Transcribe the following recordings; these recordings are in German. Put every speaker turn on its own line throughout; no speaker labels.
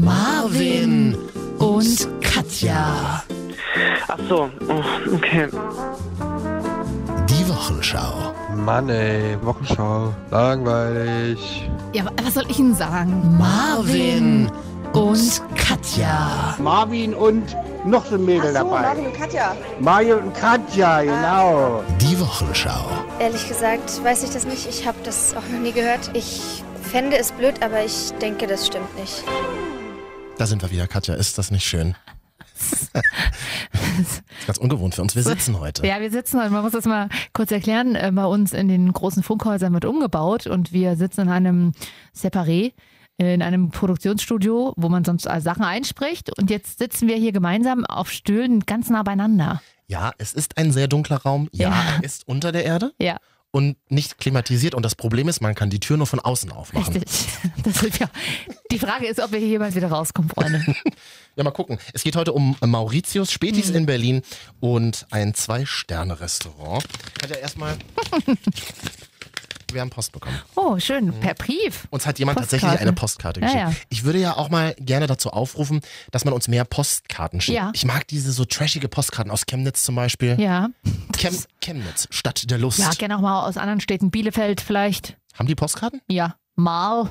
Marvin und Katja.
Ach so, oh, okay.
Die Wochenschau.
Mann ey, Wochenschau. Langweilig.
Ja, wa- was soll ich Ihnen sagen?
Marvin und Katja.
Marvin und noch so ein Mädel
Ach so,
dabei.
Marvin und Katja. Ah.
Mario und Katja, genau.
Die Wochenschau.
Ehrlich gesagt weiß ich das nicht. Ich habe das auch noch nie gehört. Ich fände es blöd, aber ich denke, das stimmt nicht.
Da sind wir wieder, Katja. Ist das nicht schön? ist ganz ungewohnt für uns. Wir sitzen heute.
Ja, wir sitzen heute, man muss das mal kurz erklären, äh, bei uns in den großen Funkhäusern wird umgebaut und wir sitzen in einem Separé, äh, in einem Produktionsstudio, wo man sonst äh, Sachen einspricht und jetzt sitzen wir hier gemeinsam auf Stühlen ganz nah beieinander.
Ja, es ist ein sehr dunkler Raum. Ja,
Ja.
er ist unter der Erde
Ja,
und nicht klimatisiert. Und das Problem ist, man kann die Tür nur von außen aufmachen.
richtig. Das sind wir. Die Frage ist, ob wir hier jemals wieder rauskommen, Freunde.
Ja, mal gucken. Es geht heute um Mauritius, Spätis
Mhm.
in Berlin und ein Zwei-Sterne-Restaurant. Hat ja erstmal. Wir haben Post bekommen.
Oh, schön, per Brief.
Uns hat jemand tatsächlich
Postkarten.
eine Postkarte
Ja,
geschickt.
ja.
Ich würde ja auch mal gerne dazu aufrufen, dass man uns mehr Postkarten schickt.
Ja.
Ich mag diese so trashige Postkarten aus Chemnitz zum Beispiel.
Ja.
Chem Chemnitz, Stadt der Lust.
Ja, gerne auch mal aus anderen Städten, Bielefeld vielleicht.
Haben die Postkarten?
Ja, Mal.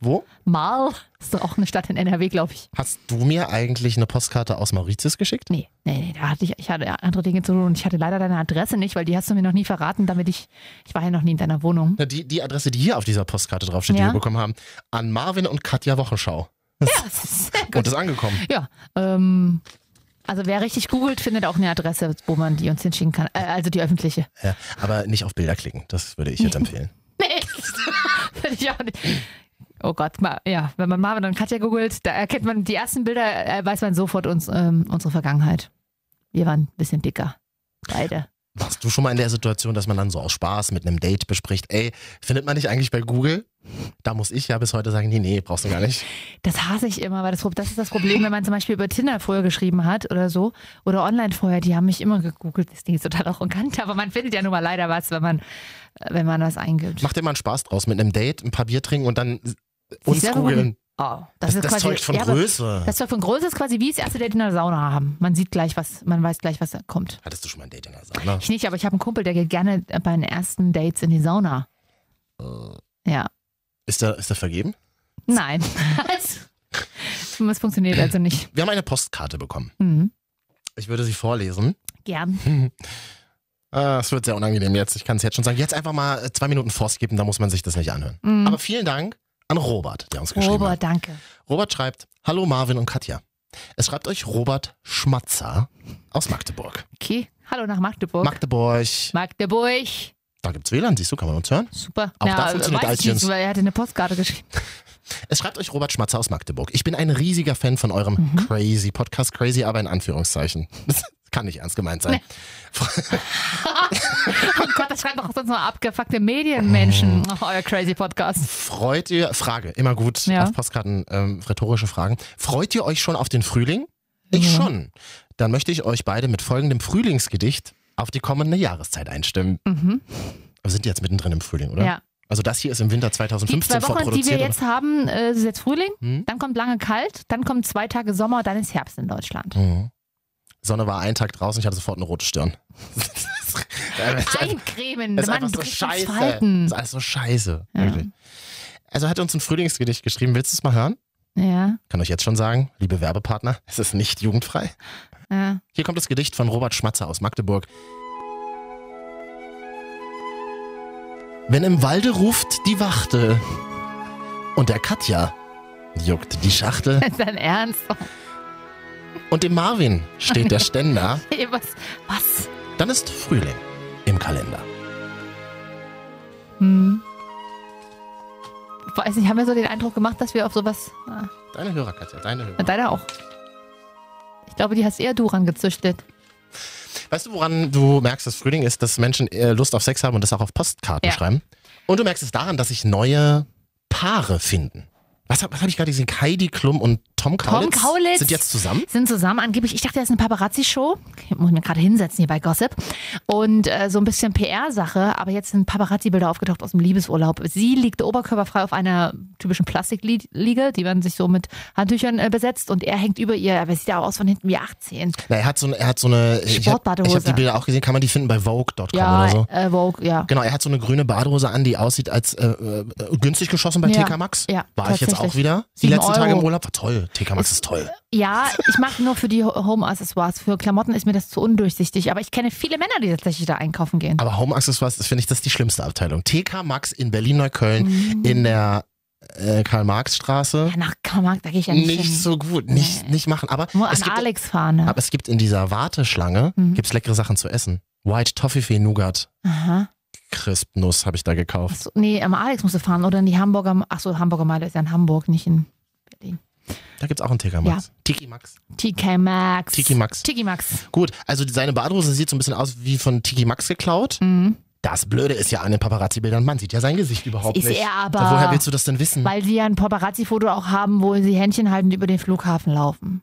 Wo?
Mal ist doch auch eine Stadt in NRW, glaube ich.
Hast du mir eigentlich eine Postkarte aus Mauritius geschickt?
Nee, nee, nee, da hatte ich, ich hatte andere Dinge zu tun und ich hatte leider deine Adresse nicht, weil die hast du mir noch nie verraten, damit ich, ich war ja noch nie in deiner Wohnung.
Na, die, die Adresse, die hier auf dieser Postkarte draufsteht, die
Ja.
wir bekommen haben, an Marvin und Katja Wochenschau.
Ja, das ist sehr
Und
gut.
ist angekommen.
Ja, ähm, also wer richtig googelt, findet auch eine Adresse, wo man die uns hinschicken kann. Äh, also die öffentliche.
Ja, aber nicht auf Bilder klicken, das würde ich jetzt empfehlen.
Nee, finde ich auch nicht. Oh Gott, ma, ja, wenn man Marvin und Katja googelt, da erkennt man die ersten Bilder, äh, weiß man sofort uns, ähm, unsere Vergangenheit. Wir waren ein bisschen dicker. Beide.
Warst du schon mal in der Situation, dass man dann so aus Spaß mit einem Date bespricht, ey, findet man dich eigentlich bei Google? Da muss ich ja bis heute sagen, nee, nee, brauchst du gar nicht.
Das hasse ich immer, weil das, das ist das Problem, wenn man zum Beispiel über Tinder vorher geschrieben hat oder so oder online vorher, die haben mich immer gegoogelt, das Ding ist total arrogant, aber man findet ja nun mal leider was, wenn man, äh, wenn man was eingibt.
Mach dir mal einen Spaß draus mit einem Date, ein paar Bier trinken und dann uns
selber
googeln.
Oh,
Das,
ist
das
quasi,
zeugt von
ja, aber
Größe.
Das Zeug von Größe ist quasi wie das erste Date in der Sauna haben. Man sieht gleich was, man weiß gleich, was da kommt.
Hattest du schon mal ein Date in der Sauna?
Ich nicht, aber ich habe einen Kumpel, der geht gerne bei den ersten Dates in die Sauna. Ja.
Ist der, ist der vergeben?
Nein. Es funktioniert also nicht.
Wir haben eine Postkarte bekommen.
Mhm.
Ich würde sie vorlesen.
Gern.
Ah, Es wird sehr unangenehm jetzt. Ich kann es jetzt schon sagen. Jetzt einfach mal äh, zwei Minuten Force geben, da muss man sich das nicht anhören.
Mhm.
Aber vielen Dank an Robert, der uns geschrieben
Robert,
hat.
danke.
Robert schreibt: Hallo Marvin und Katja. Es schreibt euch Robert Schmatzer aus Magdeburg.
Okay. Hallo nach Magdeburg.
Magdeburg.
Magdeburg.
Da gibt's WLAN, siehst du, kann man uns hören.
Super.
Auch da funktioniert
weiß ich
iTunes.
nicht, weil er hatte eine Postkarte geschrieben.
Es schreibt euch Robert Schmatzer aus Magdeburg. Ich bin ein riesiger Fan von eurem
Mhm.
Crazy Podcast. Crazy, aber in Anführungszeichen. Das kann nicht ernst gemeint sein.
Oh Gott, das schreibt doch sonst noch abgefuckte Medienmenschen.
Oh.
Ach, euer crazy Podcast.
Freut ihr, Frage, immer gut
Ja.
auf Postkarten, ähm, rhetorische Fragen. Freut ihr euch schon auf den Frühling? Ich
Ja.
schon. Dann möchte ich euch beide mit folgendem Frühlingsgedicht auf die kommende Jahreszeit einstimmen.
Mhm.
Wir sind jetzt mittendrin im Frühling, oder?
Ja.
Also das hier ist im Winter
Die
2015
zwei Wochen, die wir
vorproduziert.
jetzt haben, äh, ist jetzt Frühling,
Hm?
dann kommt lange kalt, dann kommen zwei Tage Sommer, dann ist Herbst in Deutschland.
Mhm. Sonne war einen Tag draußen, ich hatte sofort eine rote Stirn. Das ist- das ist einfach-
Eincremen,
Das ist
Mann,
einfach
du
so
kriegst schon
scheiße.
Falten.
Das ist alles so scheiße.
Ja.
Wirklich. Also er hat uns ein Frühlingsgedicht geschrieben. Willst du es mal hören?
Ja,
Kann euch jetzt schon sagen, liebe Werbepartner, es ist nicht jugendfrei.
ja.
Hier kommt das Gedicht von Robert Schmatzer aus Magdeburg. Wenn im Walde ruft die Wachte und der Katja juckt die Schachtel
Ist dein Ernst?
und dem Marvin steht der Ständer,
Ey, Was? Was?
dann ist Frühling im Kalender.
Hm. Weiß nicht, haben wir so den Eindruck gemacht, dass wir auf sowas. Ah,
Deine Hörer, Katja, deine Hörer.
deiner auch. Ich glaube, die hast eher du rangezüchtet.
Weißt du, woran du merkst, dass Frühling ist, dass Menschen äh, Lust auf Sex haben und das auch auf Postkarten
Ja.
schreiben? Und du merkst es daran, dass sich neue Paare finden. Was, hab- was habe ich gerade gesehen? Heidi Klum und Tom
Tom
Kaulitz,
Kaulitz.
sind jetzt zusammen.
Sind zusammen angeblich. Ich dachte, das ist eine Paparazzi-Show. Ich muss mir gerade hinsetzen hier bei Gossip. Und äh, so ein bisschen PR-Sache. Aber jetzt sind Paparazzi-Bilder aufgetaucht aus dem Liebesurlaub. Sie liegt oberkörperfrei auf einer typischen Plastikliege. Die werden sich so mit Handtüchern äh, besetzt. Und er hängt über ihr. Aber es sieht ja auch aus von hinten wie 18.
Na, er hat so eine, er hat so eine ich habe hab
Sportbadehose.
die Bilder auch gesehen, kann man die finden bei Vogue.com
Ja,
oder so.
äh, Vogue, ja.
Genau, er hat so eine grüne Badehose an, die aussieht als äh, äh, günstig geschossen bei
Ja,
TK Maxx.
ja,
War ich jetzt auch
tatsächlich.
wieder die
Sieben
letzten Tage im
Euro.
Urlaub. War toll, TK Maxx ist toll.
Ja, ich mache nur für die Ho- Home-Accessoires. Für Klamotten ist mir das zu undurchsichtig. Aber ich kenne viele Männer, die tatsächlich da einkaufen gehen.
Aber Home Accessoires, das finde ich, das ist die schlimmste Abteilung. TK Maxx in Berlin-Neukölln in der äh, Karl-Marx-Straße.
Mhm. Ja, nach Karmarkt, da gehe ich ja nicht, hin.
Nicht so gut, nicht, nicht machen. Aber
Nur
es,
an
gibt,
Alex fahren. Ne?
aber es gibt in dieser Warteschlange
Mhm.
gibt's leckere Sachen zu essen. White Toffee Nougat
Aha.
Crisp Nuss habe ich da gekauft.
Achso, nee, am Alex musste fahren oder in die Hamburger. Achso, Hamburger Meile ist ja in Hamburg, nicht in Berlin.
Da gibt's auch einen TK Maxx. Tiki Maxx.
TK Maxx.
Tiki Maxx.
Tiki Max.
Gut, also seine Badehose sieht so ein bisschen aus wie von Tiki Max geklaut.
Mhm.
Das Blöde ist ja an den Paparazzi-Bildern, man sieht ja sein Gesicht überhaupt
Ist
nicht.
er aber.
Woher willst du das denn wissen?
Weil wir ein Paparazzi-Foto auch haben, wo sie Händchen haltend über den Flughafen laufen.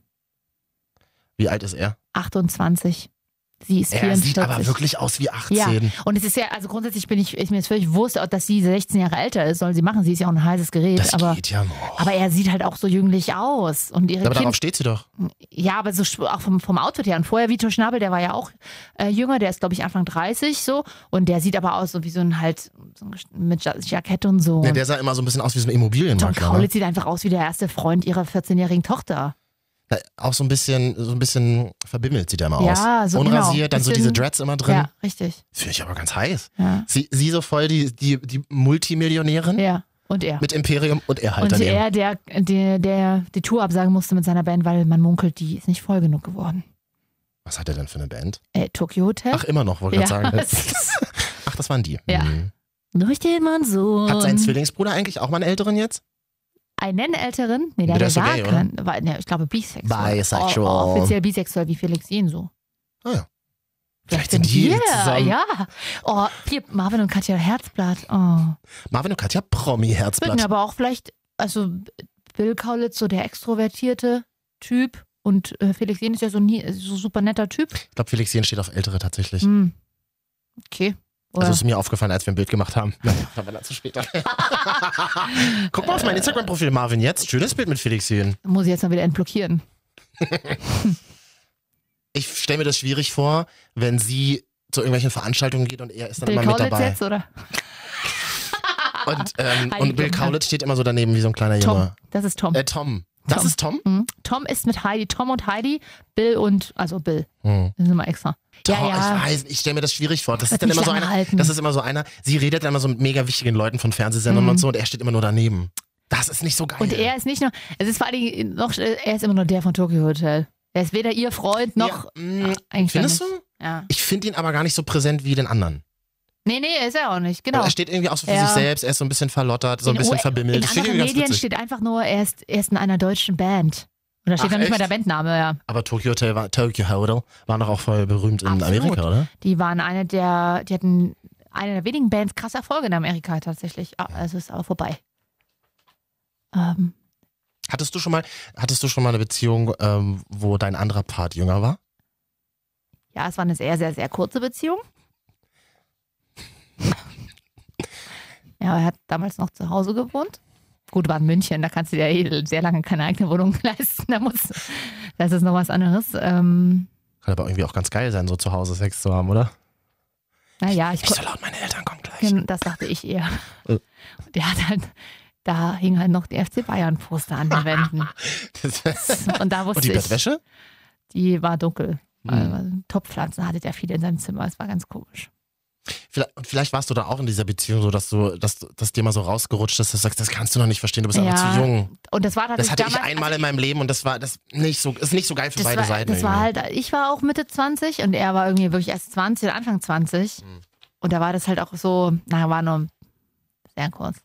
Wie alt ist er?
28. Sie ist
Er
44.
sieht aber wirklich aus wie 18.
Ja, und es ist ja, also grundsätzlich bin ich, ist mir jetzt völlig wurscht, dass sie 16 Jahre älter ist, soll sie machen. Sie ist ja auch ein heißes Gerät,
das
aber,
geht ja noch.
aber er sieht halt auch so jünglich aus. Und ihre
aber
Kind,
darauf steht sie doch.
Ja, aber so sch- auch vom, vom Outfit her. Und vorher Vitor Schnabel, der war ja auch äh, jünger, der ist, glaube ich, Anfang 30 so. Und der sieht aber aus so wie so ein halt so ein, gest- mit Ja- Jackett und so.
Ne,
Und
der sah immer so ein bisschen aus wie so ein
Tom
Immobilienmakler. Ne?
Kaulitz sieht einfach aus wie der erste Freund ihrer 14-jährigen Tochter.
Na, Auch so ein bisschen, so ein bisschen verbimmelt sieht er immer
Ja,
aus.
so genau.
Unrasiert, dann so diese
Bisschen-
Dreads immer drin.
Ja, richtig.
Finde ich aber ganz heiß.
Ja.
Sie, sie so voll die, die, die Multimillionärin
ja. Und er.
Hm? mit Imperium und er halt
Und
daneben.
er, der, der, der die Tour absagen musste mit seiner Band, weil man munkelt, die ist nicht voll genug geworden.
Was hat er denn für eine Band?
Äh, Tokyo Hotel?
Ach, immer noch, wollte ich
Ja.
gerade sagen. Ach, das waren die.
Ja.
Mhm.
Durch den Monsun.
Hat sein Zwillingsbruder eigentlich auch mal einen älteren jetzt?
einen älteren?
Nee,
Nee,
der
der, der
ist so
war
gay, oder?
kein, war, nee, ich glaube bisexuell.
Bisexual.
O offiziell bisexuell wie Felix Jen so.
Ah ja. Vielleicht
Vielleicht
sind
sind
die
wir,
zusammen.
ja. Oh, hier, Marvin und Katja Herzblatt. Oh.
Marvin und Katja
Würden
Promi-Herzblatt.
aber auch vielleicht, also Bill Kaulitz, so der extrovertierte Typ und äh, Felix Jen ist ja so ein so super netter Typ.
Ich glaube, Felix Jen steht auf Ältere tatsächlich.
Hm. Okay. Oder-
Also ist mir aufgefallen, als wir ein Bild gemacht haben. Haben wir dazu später. Guck mal auf mein Instagram-Profil, Marvin, jetzt. Schönes Bild mit Felix Jen.
muss ich jetzt mal wieder entblockieren.
Ich stelle mir das schwierig vor, wenn sie zu irgendwelchen Veranstaltungen geht und er ist dann
Bill
immer mit
Kaulitz
dabei.
jetzt, oder?
Und, ähm, und
Heilige
Bill
Mann.
Kaulitz steht immer so daneben wie so ein kleiner
Tom.
Junge.
Das ist Tom.
Äh, Tom. Das
Tom.
ist Tom?
Hm. Tom ist mit Heidi. Tom und Heidi, Bill und, also Bill,
Hm.
das sind wir extra.
Tom,
ja, ja.
ich weiß, ich stelle mir das schwierig vor. Das ist
Wird
dann
nicht
immer so
lange
einer,
halten.
das ist immer so einer, sie redet dann immer so mit mega wichtigen Leuten von Fernsehsendern
Mhm.
und so und er steht immer nur daneben. Das ist nicht so geil.
Und er ist nicht nur, es ist vor allen Dingen noch, er ist immer nur der von Tokyo Hotel. Er ist weder ihr Freund noch.
Ja, mh,
eigentlich
findest
gar
du?
nicht. Ja.
Ich finde ihn aber gar nicht so präsent wie den anderen.
Nee, nee, ist er auch nicht,
Also
genau.
Er steht irgendwie auch so für
Ja.
sich selbst, er ist so ein bisschen verlottert, so ein
In
bisschen
U-
verbimmelt.
In
Ich find ihn
anderen
ganz
Medien
witzig.
steht einfach nur, er ist, er ist in einer deutschen Band. Und da steht
Ach,
dann nicht
echt?
mal der Bandname, ja.
aber Tokyo Hotel, war, Tokyo Hotel war doch auch voll berühmt in
Absolut.
Amerika, oder?
Die waren eine der, die hatten eine der wenigen Bands krasse Erfolge in Amerika tatsächlich. Ah, also ist aber vorbei. Ähm,
Hattest du schon mal, hattest du schon mal eine Beziehung, ähm, wo dein anderer Part jünger war?
ja, es war eine sehr, sehr, sehr kurze Beziehung. Ja, er hat damals noch zu Hause gewohnt. Gut, war in München, da kannst du dir eh sehr lange keine eigene Wohnung leisten. Da muss, das ist noch was anderes. Ähm,
Kann aber irgendwie auch ganz geil sein, so zu Hause Sex zu haben, oder? Genau.
naja, ich,
Nicht so laut, meine Eltern kommen gleich.
Gen- Das dachte ich eher.
Äh.
Und Der hat halt, da hing halt noch die FC Bayern-Poster an den Wänden.
Das-
Und da
Und
wusste
die
ich,
Bettwäsche? Mhm. Hm.
die war dunkel. Also, Topfpflanzen hatte der viele in seinem Zimmer. Es war ganz komisch.
Vielleicht, und vielleicht warst du da auch in dieser Beziehung so, dass du, dass das dir mal so rausgerutscht ist, dass du sagst, das kannst du noch nicht verstehen, du bist einfach
Ja,
zu jung.
Und das war
Das
tatsächlich
hatte ich
damals, also
einmal in meinem Leben und das war das nicht so, ist nicht so geil für
das
beide
war,
Seiten.
Das war
irgendwie.
halt, ich war auch Mitte 20 und er war irgendwie wirklich erst 20 oder Anfang 20.
Hm.
Und da war das halt auch so, na, war nur sehr kurz.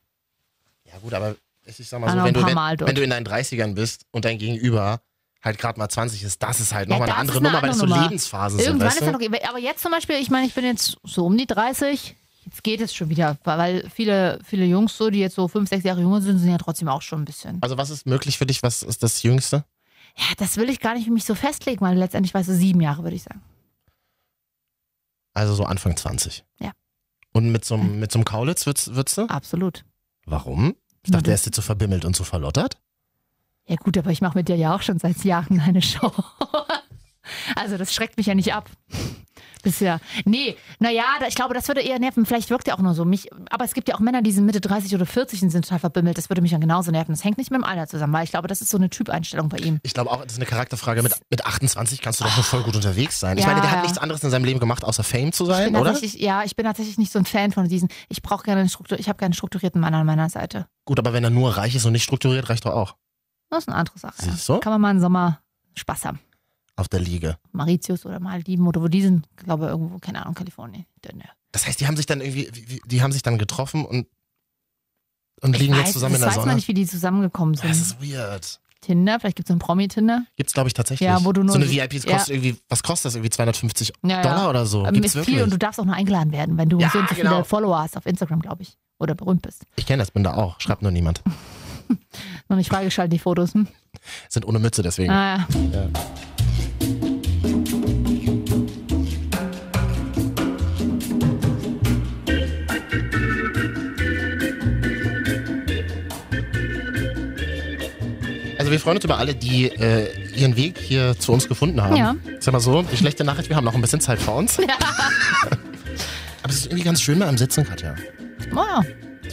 ja gut, aber ich ich sag mal
War
so,
noch
wenn
ein
du,
paar
wenn,
Mal dort.
wenn du in deinen 30ern bist und dein Gegenüber halt gerade mal 20 ist, das ist halt
Ja,
nochmal
das
eine andere
ist eine
Nummer, weil das so
andere Nummer.
Lebensphasen
Irgendwann
sind,
ist
weißt
dann
du?
okay. Aber jetzt zum Beispiel, ich meine, ich bin jetzt so um die 30. Jetzt geht es schon wieder, weil viele, viele Jungs so, die jetzt so fünf, sechs Jahre jünger sind, sind ja trotzdem auch schon ein bisschen.
Also was ist möglich für dich? Was ist das Jüngste?
Ja, das will ich gar nicht mich so festlegen, weil letztendlich weißt du sieben Jahre, würde ich sagen.
Also so Anfang 20.
Ja. Hm. Ah.
Und mit so einem mit so einem Kaulitz würdest, würdest du?
Absolut.
Warum? Ich
Na,
dachte,
du-
der ist jetzt so verbimmelt und so verlottert.
Ja gut, aber ich mache mit dir ja auch schon seit Jahren eine Show. Also das schreckt mich ja nicht ab. Bisher. Nee, naja, da, ich glaube, das würde eher nerven. Vielleicht wirkt er auch nur so. Mich, aber es gibt ja auch Männer, die sind Mitte 30 oder 40 und sind total verbimmelt. Das würde mich dann genauso nerven. Das hängt nicht mit dem Alter zusammen, weil ich glaube, das ist so eine Typeinstellung bei ihm.
Ich glaube auch, das ist eine Charakterfrage. Mit, mit 28 kannst du doch schon voll gut unterwegs sein. Ich
Ja,
meine, der
Ah. ja.
hat nichts anderes in seinem Leben gemacht, außer Fame zu
Ich
sein,
bin
oder?
tatsächlich, ja, ich bin tatsächlich nicht so ein Fan von diesen. Ich brauche gerne einen Struktur, ich habe gerne einen strukturierten Mann an meiner Seite.
Gut, aber wenn er nur reich ist und nicht strukturiert, reicht doch auch.
Das ist eine andere Sache. Ja.
Siehst du?
Kann man mal im Sommer Spaß haben.
Auf der Liege.
Mauritius oder Maldiven oder wo die sind, glaube irgendwo, keine Ahnung, Kalifornien. Dünne.
Das heißt, die haben sich dann irgendwie, wie- wie- die haben sich dann getroffen und, und liegen
weiß,
jetzt zusammen in
das
der
weiß man
Sonne.
nicht, wie die zusammengekommen sind.
Das ist weird.
Tinder, vielleicht gibt es einen Promi-Tinder.
Gibt's, glaube ich, tatsächlich.
Ja, wo du nur-
so eine VIP
ja.
kostet irgendwie, was kostet das? Irgendwie 250
Ja,
Dollar
ja.
oder so?
Ähm,
Gibt's
ist
wirklich.
viel und du darfst auch nur eingeladen werden, wenn du
Ja,
so und so
genau.
viele Follower hast auf Instagram, glaube ich. Oder berühmt bist.
ich kenne das, bin da auch. Schreibt nur niemand.
Noch nicht freigeschaltet, die Fotos. Hm?
Sind ohne Mütze deswegen.
Ah, ja.
Also wir freuen uns über alle, die äh, ihren Weg hier zu uns gefunden haben.
Ja.
Ich Sag mal so, die schlechte Nachricht, wir haben noch ein bisschen Zeit vor uns. Aber es ist irgendwie ganz schön mal am Sitzen, Katja.
Oh, ja.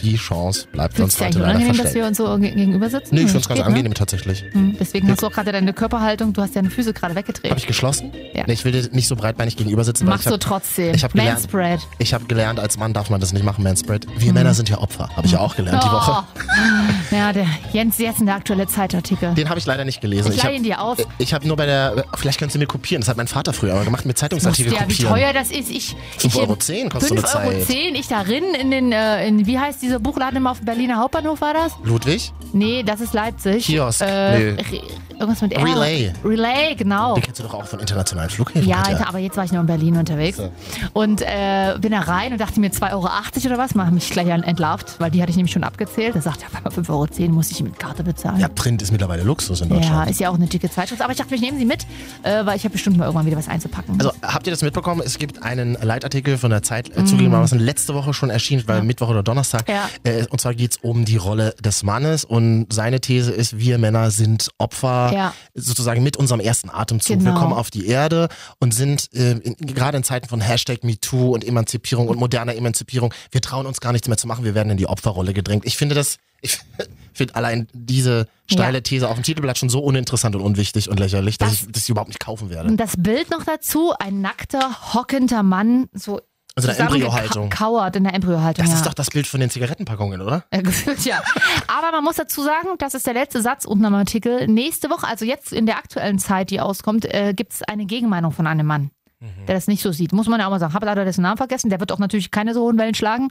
Die Chance bleibt uns
Findest du
heute
eigentlich
leider
unangenehm, dass wir
verstellt.
uns so ge- gegenüber sitzen?
Nee, ich
Ja,
finde es ganz
geht,
angenehm tatsächlich.
Ne? Hm, Deswegen hast du auch gerade deine Körperhaltung, du hast deine Füße gerade
Habe
weggedreht.
ich geschlossen?
Ja.
Nee, ich will dir nicht so breitbeinig gegenüber sitzen, weil
Machst
ich
du
habe
trotzdem.
ich hab gelernt.
Manspread. Mhm.
ich hab gelernt, als Mann darf man das nicht machen, Manspread. Wir Männer sind ja Opfer, habe ich ja auch gelernt die Woche.
Oh. Ja, der Jens Jessen, der aktuelle Zeitartikel.
Den habe ich leider nicht gelesen.
Ich leih
hab-
ihn dir auf.
Ich habe nur bei der, vielleicht kannst du mir kopieren, das hat mein Vater früher immer gemacht, mit
Musst
Zeitungsartikel
ja, wie
kopieren.
teuer das ist. Ich, ich
5,10 Euro kostet so eine
5,10 Euro,
Zeit.
ich da rin in den, äh, in, wie heißt dieser Buchladen immer auf dem Berliner Hauptbahnhof war das?
Ludwig,
Nee, das ist Leipzig.
Kiosk.
Äh,
Nö.
Re- irgendwas mit R.
Relay.
Relay, genau.
den kennst du doch auch von internationalen Flughäfen.
Ja,
Katja.
Alter, aber jetzt war ich nur in Berlin unterwegs.
So.
Und äh, bin da rein und dachte mir 2,80 Euro oder was, mach mich gleich an entlarvt, weil die hatte ich nämlich schon abgezählt. Da sagt er, auf einmal 5,10 Euro muss ich mit Karte bezahlen.
Ja, Print ist mittlerweile Luxus in Deutschland.
Ja, ist ja auch eine dicke Zeitschrift. Aber ich dachte, ich nehme sie mit, äh, weil ich habe bestimmt mal irgendwann wieder was einzupacken.
Also habt ihr das mitbekommen? Es gibt einen Leitartikel von der Zeit äh, zugegebenermaßen letzte Woche schon erschienen, weil Mittwoch oder Donnerstag.
Ja.
Äh, und zwar geht's um die Rolle des Mannes und seine These ist, wir Männer sind Opfer
Ja.
sozusagen mit unserem ersten Atemzug.
Genau.
Wir kommen auf die Erde und sind äh, in, gerade in Zeiten von Hashtag MeToo und Emanzipierung und moderner Emanzipierung, wir trauen uns gar nichts mehr zu machen, wir werden in die Opferrolle gedrängt. Ich finde das, ich finde allein diese steile
Ja.
These auf dem Titelblatt schon so uninteressant und unwichtig und lächerlich, dass
Das-
ich das überhaupt nicht kaufen werde.
Und das Bild noch dazu, ein nackter, hockender Mann, so
Also in der Embryohaltung.
kauert in der Embryohaltung.
Das
ja.
ist doch das Bild von den Zigarettenpackungen, oder?
Äh, Gefühlt ja. Aber man muss dazu sagen, das ist der letzte Satz unten am Artikel. Nächste Woche, also jetzt in der aktuellen Zeit, die auskommt, äh, gibt es eine Gegenmeinung von einem Mann, der das nicht so sieht. Muss man ja auch mal sagen. Habe leider dessen Namen vergessen. Der wird auch natürlich keine so hohen Wellen schlagen.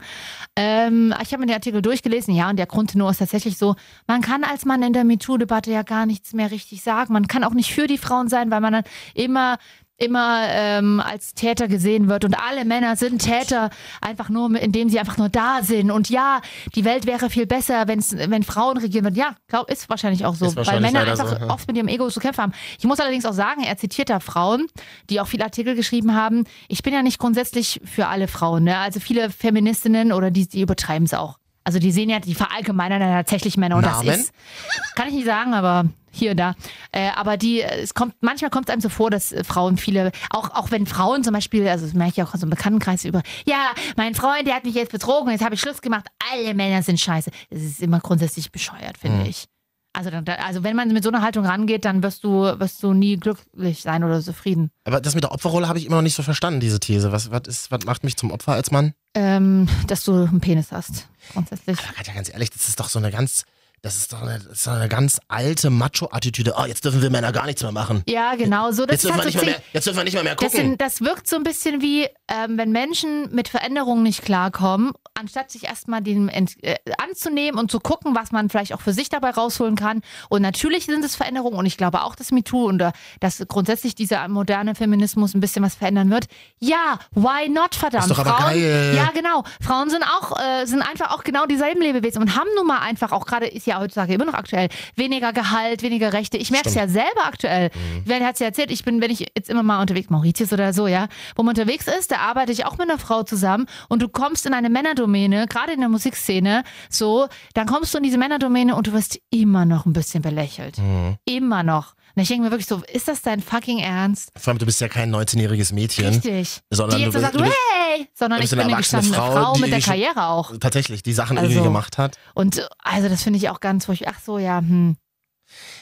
Ähm, ich habe mir den Artikel durchgelesen. Ja, und der Grundtenor ist tatsächlich so: Man kann als Mann in der MeToo-Debatte ja gar nichts mehr richtig sagen. Man kann auch nicht für die Frauen sein, weil man dann immer immer ähm, als Täter gesehen wird und alle Männer sind Täter, einfach nur indem sie einfach nur da sind und ja, die Welt wäre viel besser, wenn's, wenn Frauen regieren würden. Ja, glaub, ist wahrscheinlich auch so,
Ist
weil
wahrscheinlich
Männer
leider so,
einfach
ja.
oft mit ihrem Ego zu kämpfen haben. Ich muss allerdings auch sagen, er zitiert da Frauen, die auch viele Artikel geschrieben haben. Ich bin ja nicht grundsätzlich für alle Frauen, ne? also viele Feministinnen oder die, die übertreiben es auch. Also die sehen ja, die verallgemeinern ja tatsächlich Männer und das
Namen?
ist kann ich nicht sagen, aber hier und da. Äh, aber die, äh, es kommt, manchmal kommt es einem so vor, dass äh, Frauen viele, auch, auch wenn Frauen zum Beispiel, also das merke ich auch aus so einem Bekanntenkreis über, ja, mein Freund, der hat mich jetzt betrogen, jetzt habe ich Schluss gemacht, alle Männer sind scheiße. Das ist immer grundsätzlich bescheuert, finde ich. Also, dann, da- also wenn man mit so einer Haltung rangeht, dann wirst du, wirst du nie glücklich sein oder zufrieden.
Aber das mit der Opferrolle habe ich immer noch nicht so verstanden, diese These. Was, was, ist, was macht mich zum Opfer als Mann?
Ähm, dass du einen Penis hast, grundsätzlich.
Aber Katja, ganz ehrlich, das ist doch so eine ganz. Das ist doch eine, das ist doch eine ganz alte Macho-Attitüde. Oh, jetzt dürfen wir Männer gar nichts mehr machen.
Ja, genau so. Das
Jetzt
ist
dürfen, wir
halt
nicht
so
mal
ziemlich-
mehr, jetzt dürfen wir nicht mal mehr
das,
gucken.
sind, das wirkt so ein bisschen wie, ähm, wenn Menschen mit Veränderungen nicht klarkommen, anstatt sich erstmal dem ent, äh, anzunehmen und zu gucken, was man vielleicht auch für sich dabei rausholen kann. Und natürlich sind es Veränderungen und ich glaube auch, dass MeToo und äh, dass grundsätzlich dieser moderne Feminismus ein bisschen was verändern wird. Ja, why not, verdammt.
Ist doch aber
Frauen,
geil.
Ja, genau. Frauen sind auch, äh, sind einfach auch genau dieselben Lebewesen und haben nun mal einfach auch gerade, ist ja heutzutage immer noch aktuell, weniger Gehalt, weniger Rechte. Ich merke es ja selber aktuell.
Mhm.
Wer hat es ja erzählt? Ich bin, wenn ich jetzt immer mal unterwegs, Mauritius oder so, ja, wo man unterwegs ist, da arbeite ich auch mit einer Frau zusammen und du kommst in eine Männerdomäne, gerade in der Musikszene, so, dann kommst du in diese Männerdomäne und du wirst immer noch ein bisschen
Mhm.
belächelt.
Hm.
Immer noch. Und ich denke mir wirklich so, ist das dein fucking Ernst?
Vor allem, du bist ja kein 19-jähriges Mädchen.
Richtig.
Sondern
die
du
jetzt so
bist-
sagt,
du bist-
hey! Sondern
du bist
ich bin
eine
eine
erwachsene
gestandene Frau,
Frau, die
mit der
schon-
Karriere auch.
Tatsächlich, die Sachen
Also-
irgendwie gemacht hat.
Und äh, also das finde ich auch ganz furchtbar. Ach so, ja, hm.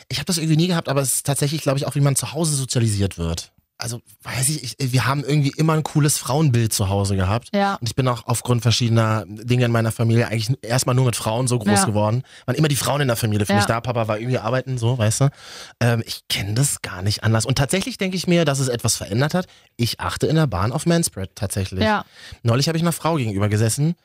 Ich habe das irgendwie nie gehabt, aber es ist tatsächlich, glaube ich, auch, wie man zu Hause sozialisiert wird. Also, weiß ich, ich, wir haben irgendwie immer ein cooles Frauenbild zu Hause gehabt.
Ja.
Und ich bin auch aufgrund verschiedener Dinge in meiner Familie eigentlich erstmal nur mit Frauen so groß
Ja.
geworden. Waren immer die Frauen in der Familie für
Ja.
mich da. Papa war irgendwie arbeiten, so, weißt du. Ähm, ich kenne das gar nicht anders. Und tatsächlich denke ich mir, dass es etwas verändert hat. Ich achte in der Bahn auf Manspread tatsächlich.
Ja,
Neulich habe ich einer Frau gegenüber gesessen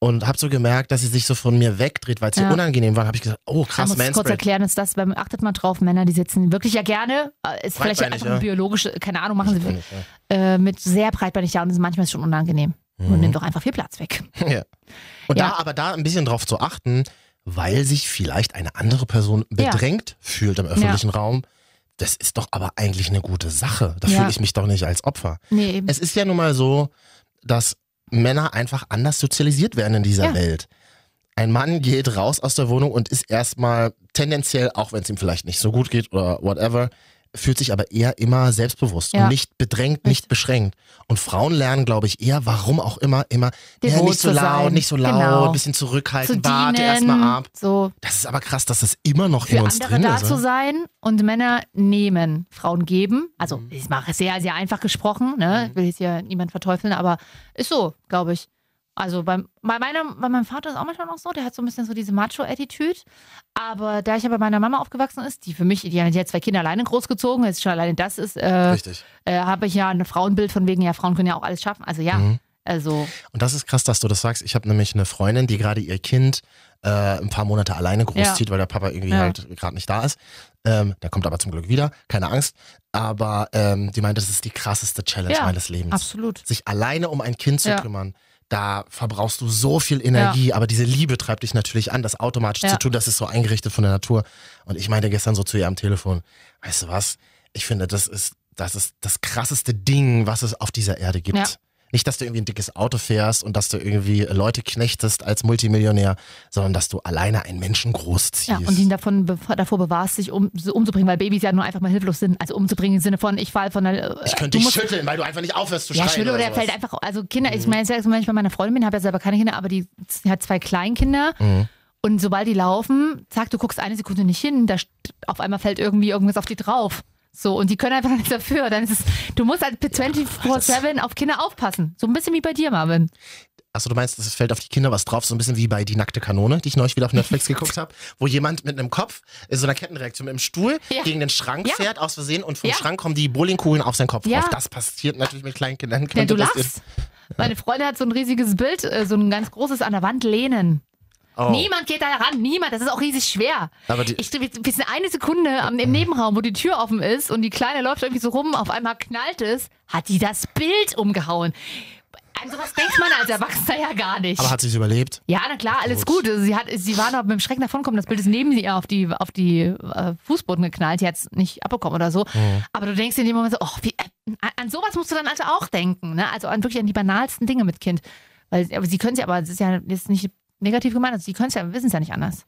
und habe so gemerkt, dass sie sich so von mir wegdreht, weil es ihr
Ja.
unangenehm war. Habe ich gesagt, oh
man
krass,
muss kurz
Manspread.
erklären, ist das, weil achtet mal drauf, Männer, die sitzen wirklich ja gerne, äh, ist vielleicht
Breitbeinig,
einfach
ja.
eine biologische, keine Ahnung, machen sie
Ja.
äh, mit sehr breitbeinig da und ist manchmal schon unangenehm.
Mhm.
Und nimm doch einfach viel Platz weg.
Ja. Und
Ja.
da aber da ein bisschen drauf zu achten, weil sich vielleicht eine andere Person
Ja.
bedrängt fühlt im öffentlichen Raum, das ist doch aber eigentlich eine gute Sache. Da
Ja.
fühle ich mich doch nicht als Opfer.
Nee, eben.
Es ist ja nun mal so, dass Männer einfach anders sozialisiert werden in dieser
Ja.
Welt. Ein Mann geht raus aus der Wohnung und ist erstmal tendenziell, auch wenn es ihm vielleicht nicht so gut geht oder whatever, fühlt sich aber eher immer selbstbewusst
Ja.
und nicht bedrängt, nicht beschränkt. Und Frauen lernen, glaube ich, eher, warum auch immer, immer, ja,
Devot
nicht so
zu
laut,
sein.
nicht so laut,
Genau.
bisschen
zu
zurückhalten, halt, warte erstmal
dienen,
ab.
so
Das ist aber krass, dass das immer noch
für
in uns
andere
drin
da
ist.
zu
ne?
sein und Männer nehmen, Frauen geben. Also ich mache es sehr, sehr einfach gesprochen, ne? will jetzt hier niemand verteufeln, aber ist so, glaube ich. Also beim, bei, meiner, bei meinem Vater ist auch manchmal noch so, der hat so ein bisschen so diese Macho-Attitüde. Aber da ich ja bei meiner Mama aufgewachsen ist, die für mich, die hat ja zwei Kinder alleine großgezogen, jetzt schon alleine das ist, äh,
Richtig.
äh, habe ich ja ein Frauenbild von wegen, ja, Frauen können ja auch alles schaffen. Also
Mhm.
ja, also
Und das ist krass, dass du das sagst. Ich habe nämlich eine Freundin, die gerade ihr Kind äh, ein paar Monate alleine großzieht, weil der Papa irgendwie
Ja.
halt gerade nicht da ist. Ähm, der kommt aber zum Glück wieder, keine Angst. Aber ähm, die meint, das ist die krasseste Challenge
Ja,
meines Lebens.
absolut.
Sich alleine um ein Kind zu
Ja.
kümmern, da verbrauchst du so viel Energie, aber diese Liebe treibt dich natürlich an, das automatisch
Ja.
zu tun. Das ist so eingerichtet von der Natur. Und ich meinte gestern so zu ihr am Telefon, weißt du was? Ich finde, das ist das, ist das krasseste Ding, was es auf dieser Erde gibt.
Ja.
Nicht, dass du irgendwie ein dickes Auto fährst und dass du irgendwie Leute knechtest als Multimillionär, sondern dass du alleine einen Menschen großziehst.
Ja, und ihn davon, be- davor bewahrst, sich um, so umzubringen, weil Babys ja nur einfach mal hilflos sind. Also umzubringen im Sinne von, ich fall von der. äh,
ich
du
könnte dich
musst-
schütteln, weil du einfach nicht aufhörst zu
Ja,
schreien.
schön, oder
oder
er
sowas. Mhm.
fällt einfach. Also Kinder, ich meine, selbst wenn ich bei meiner Freundin bin, habe ja selber keine Kinder, aber die sie hat zwei Kleinkinder.
Mhm.
Und sobald die laufen, zack, du guckst eine Sekunde nicht hin, da st- auf einmal fällt irgendwie irgendwas auf die drauf. So, und die können einfach nichts dafür. Dann ist es, du musst halt 24-7 auf Kinder aufpassen. So ein bisschen wie bei dir, Marvin.
Achso, du meinst, es fällt auf die Kinder was drauf, so ein bisschen wie bei Die nackte Kanone, die ich neulich wieder auf Netflix geguckt habe, wo jemand mit einem Kopf in so einer Kettenreaktion mit einem Stuhl
Ja.
gegen den Schrank
Ja.
fährt, aus Versehen, und vom
Ja.
Schrank kommen die Bowlingkugeln auf seinen Kopf
Ja.
drauf. Das passiert natürlich mit kleinen Kindern.
Ja, du
könnte das
lachst. Meine Freundin hat so ein riesiges Bild, äh, so ein ganz großes an der Wand lehnen.
Oh.
Niemand geht da ran, niemand. Das ist auch riesig schwer.
Aber die-
ich, wir wir sind eine Sekunde am, im Nebenraum, wo die Tür offen ist und die Kleine läuft irgendwie so rum, auf einmal knallt es, hat die das Bild umgehauen. An sowas denkt man als Erwachsener ja gar nicht.
Aber hat sie es überlebt?
ja, na klar, alles gut. Also Sie, hat, sie war noch mit dem Schrecken davongekommen. Das Bild ist neben ihr auf die, auf die äh, Fußboden geknallt. Die hat es nicht abbekommen oder so. Aber du denkst dir in dem Moment so, oh, wie, äh, an, an sowas musst du dann also auch denken. Ne? Also an wirklich an die banalsten Dinge mit Kind. Weil aber sie können es ja, aber es ist ja jetzt nicht negativ gemeint. Also sie können es ja, wissen es ja nicht anders.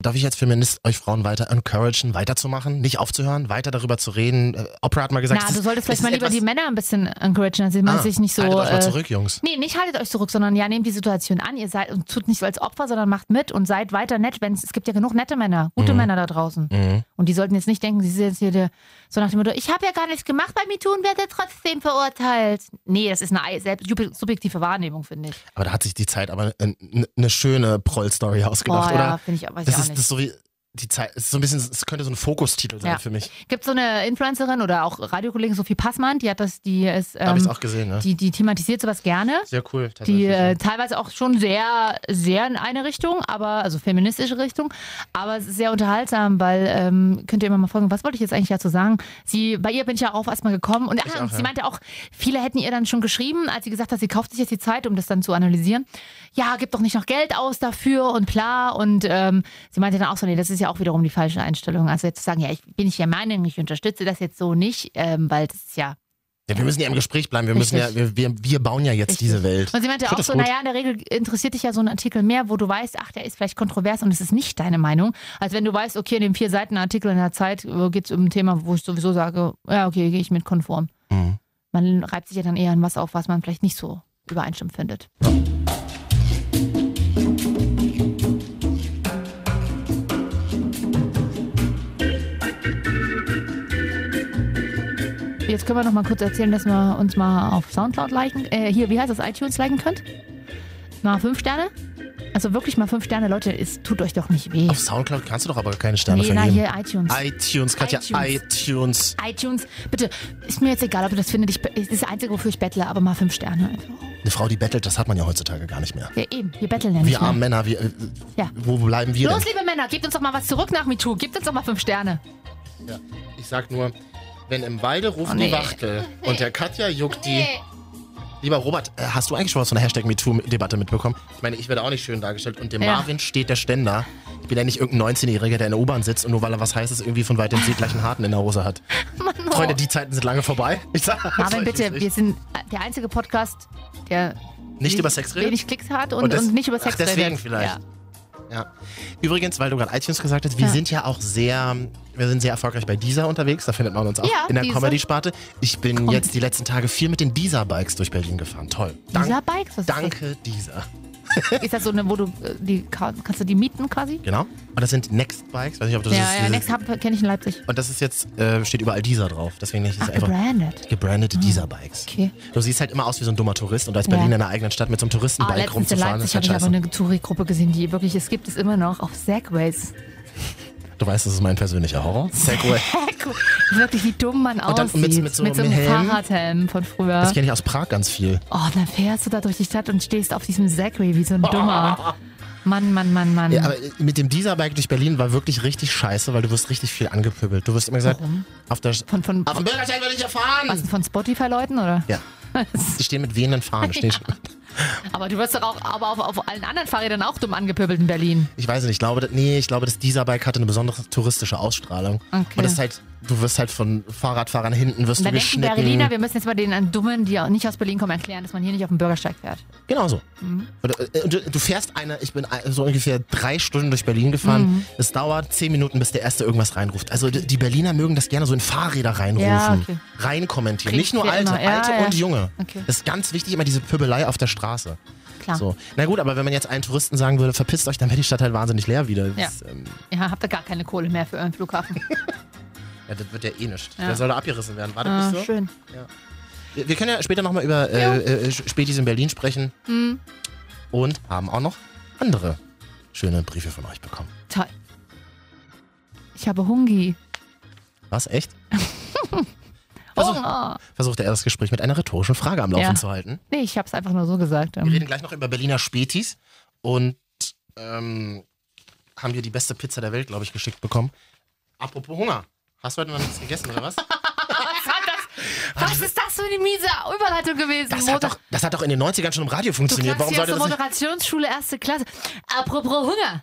Darf ich als Feminist euch Frauen weiter encouragen, weiterzumachen, nicht aufzuhören, weiter darüber zu reden? Äh, Oprah hat mal gesagt,
Na,
es
du
ist-
solltest
es
vielleicht
ist
mal lieber
etwas-
die Männer ein bisschen encouragen, dass sie man
Ah,
sich nicht so.
Haltet euch mal
äh,
zurück, Jungs.
Nee, nicht haltet euch zurück, sondern ja, nehmt die Situation an. Ihr seid und tut nicht so als Opfer, sondern macht mit und seid weiter nett. Wenn's, es gibt ja genug nette Männer, gute
Mhm.
Männer da draußen. Und die sollten jetzt nicht denken, sie sind jetzt hier der, so nach dem Motto, ich habe ja gar nichts gemacht bei MeToo und werde trotzdem verurteilt. Nee, das ist eine ei- selbst sub- subjektive Wahrnehmung, finde ich.
Aber da hat sich die Zeit aber äh, n- eine schöne Proll-Story ausgedacht,
Boah,
oder?
Oh, ja, finde ich, weiß ich
das
auch
das,
nicht.
das ist so wie die Zeit. Es ist so ein bisschen, es könnte so ein Fokustitel sein
Ja.
für mich.
Gibt so eine Influencerin oder auch Radiokollegin Sophie Passmann, die hat das, die ist,
Habe ich
ähm,
auch gesehen, ne?
die, die thematisiert sowas gerne.
Sehr cool.
Die
tatsächlich,
äh,
ja.
teilweise auch schon sehr, sehr in eine Richtung, aber, also feministische Richtung, aber es ist sehr unterhaltsam, weil ähm, könnt ihr immer mal folgen, was wollte ich jetzt eigentlich dazu sagen? Sie, bei ihr bin ich ja auch erstmal gekommen und ah,
auch,
sie
ja.
meinte auch, viele hätten ihr dann schon geschrieben, als sie gesagt hat, sie kauft sich jetzt die Zeit, um das dann zu analysieren. Ja, gib doch nicht noch Geld aus dafür und bla. Und ähm, sie meinte dann auch so, nee, das ist ja auch wiederum die falsche Einstellung. Also jetzt zu sagen, ja, ich bin nicht der Meinung, ich unterstütze das jetzt so nicht, ähm, weil das ist ja
ja, wir müssen ja im Gespräch bleiben. Wir müssen ja,
Richtig.
wir, wir, wir bauen ja jetzt
Richtig.
diese Welt.
Und sie meinte
Ich
auch
find das
so,
gut.
naja, in der Regel interessiert dich ja so ein Artikel mehr, wo du weißt, ach, der ist vielleicht kontrovers und es ist nicht deine Meinung, als wenn du weißt, okay, in dem vier Seiten Artikel in der Zeit geht es um ein Thema, wo ich sowieso sage, ja, okay, gehe ich mit konform.
Mhm.
Man reibt sich ja dann eher an was auf, was man vielleicht nicht so übereinstimmend findet. Jetzt können wir noch mal kurz erzählen, dass wir uns mal auf Soundcloud liken. Äh, hier, wie heißt das? iTunes liken könnt? Mal fünf Sterne? Also wirklich mal fünf Sterne, Leute, es tut euch doch nicht weh.
Auf Soundcloud kannst du doch aber keine Sterne
nee, na,
vergeben.
hier iTunes.
iTunes, Katja, iTunes.
iTunes, bitte, ist mir jetzt egal, ob ihr das findet. Ich, es ist das Einzige, wofür ich bettle, aber mal fünf Sterne einfach.
Eine Frau, die bettelt, das hat man ja heutzutage gar nicht mehr.
Ja, eben, wir betteln ja nicht
Wir
mehr.
armen Männer, wir, äh,
Ja.
wo bleiben wir
Los, liebe Männer, gebt uns doch mal was zurück nach MeToo. Gebt uns doch mal fünf Sterne.
denn? Ja. Ich sag nur, wenn im Walde ruft
Oh, nee.
die Wachtel und der Katja juckt die. Lieber Robert, äh, hast du eigentlich schon was von der Hashtag MeToo-Debatte mitbekommen? Ich meine, ich werde auch nicht schön dargestellt und dem
Ja.
Marvin steht der Ständer. Ich bin ja nicht irgendein 19-Jähriger, der in der U-Bahn sitzt und nur weil er was Heißes irgendwie von weitem sieht, gleich einen Harten in der Hose hat.
Mann, oh.
Freunde, die Zeiten sind lange vorbei. Ich sag,
Marvin,
ich
bitte,
weiß
wir sind äh, der einzige Podcast, der
Nicht über Sex redet?
wenig Klicks hat und, und,
Und das-
nicht über
ach,
Sex
deswegen
redet.
vielleicht.
Ja.
Ja. Übrigens, weil du gerade iTunes gesagt hast, wir
Ja.
sind ja auch sehr, wir sind sehr erfolgreich bei Deezer unterwegs. Da findet man uns auch
Ja,
in der
Deezer.
Comedy-Sparte. Ich bin
Comedy.
jetzt die letzten Tage viel mit den Deezer-Bikes durch Berlin gefahren. Toll. Dank,
Dieser Bikes, was Ist,
danke, Deezer.
das? ist das so eine, wo du äh, die ka- kannst du die mieten quasi?
Genau. Und das sind Next-Bikes. Weiß nicht, ob du das
ja,
ist,
ja, Next Hub kenne ich in Leipzig.
Und das ist jetzt, äh, steht überall Deezer drauf. Deswegen ist es
Ach,
einfach
gebrandet. Hm.
gebrandete Deezer-Bikes.
Okay.
Du siehst halt immer aus wie so ein dummer Tourist und als
Ja.
Berlin in einer eigenen Stadt mit so einem
Ah,
Touristenbike
letztens in
rumzufahren,
Leipzig
ist
habe
halt
ich aber
scheiße.
eine Touri-Gruppe gesehen, die wirklich, es gibt es immer noch, auf Segways.
Du weißt, das ist mein persönlicher Horror. Segway.
wirklich, wie dumm man
Und dann
aussieht.
mit- mit so einem Helm.
Fahrradhelm von früher.
Das kenne ich aus Prag ganz viel.
Oh, dann fährst du da durch die Stadt und stehst auf diesem Segway wie so ein Dummer. Mann, Mann, Mann, Mann.
Ja, aber äh, mit dem Dieserbike durch Berlin war wirklich richtig scheiße, weil du wirst richtig viel angepöbelt. Du wirst immer gesagt,
Warum?
auf der Sch-
Von, von,
auf dem Bürgersteig werde ich erfahren.
was, von Spotify-Leuten, oder?
Ja. Die stehen mit wehenden Fahnen. Stehen.
Aber du wirst doch auch aber auf, auf allen anderen Fahrrädern auch dumm angepöbelt in Berlin.
Ich weiß nicht, ich glaube, nee, ich glaube, das Dieserbike hatte eine besondere touristische Ausstrahlung.
Okay.
Und das ist halt, du wirst halt von Fahrradfahrern hinten wirst
Und
du
dann denken
geschnitten.
Berliner, wir müssen jetzt mal den an Dummen, die auch nicht aus Berlin kommen, erklären, dass man hier nicht auf dem Bürgersteig fährt.
Genau so.
Mhm.
Und, äh, und du, du fährst eine, ich bin ein- so ungefähr drei Stunden durch Berlin gefahren.
Mhm.
Es dauert zehn Minuten, bis der Erste irgendwas reinruft. Also die die Berliner mögen das gerne so in Fahrräder reinrufen,
Ja, okay.
reinkommentieren.
Kriegen
Nicht nur
wir
Alte,
immer. Ja,
Alte
ja.
und Junge.
Okay.
Das ist ganz wichtig, immer diese Pöbelei auf der Straße.
Klar.
So. Na gut, aber wenn man jetzt allen Touristen sagen würde, verpisst euch, dann wäre die Stadt halt wahnsinnig leer wieder. Das, ähm,
Ja, habt ihr gar keine Kohle mehr für euren Flughafen.
ja, das wird ja eh nicht.
Ja.
Der soll da abgerissen werden. War das
Ah,
nicht so?
schön.
Wir, wir können ja später nochmal über
Jo. Hm.
äh, äh, Spätis in Berlin sprechen und haben auch noch andere schöne Briefe von euch bekommen.
Toll. Ich habe Hungi.
Was, echt?
Oh,
Versuch,
oh.
versuchte er das Gespräch mit einer rhetorischen Frage am Laufen
Ja.
zu halten.
Nee, ich habe es einfach nur so gesagt.
Wir
Ähm,
reden gleich noch über Berliner Spätis und ähm, haben hier die beste Pizza der Welt, glaube ich, geschickt bekommen. Apropos Hunger. Hast du heute noch nichts gegessen, oder was?
Was, hat das, was ist das für eine miese Überleitung gewesen?
Das hat,
Montag-
doch, das hat doch in den 90ern schon im Radio
Du
funktioniert.
klagst
Warum
hier aus
sollte
der
das nicht?
Moderationsschule erste Klasse. Apropos Hunger.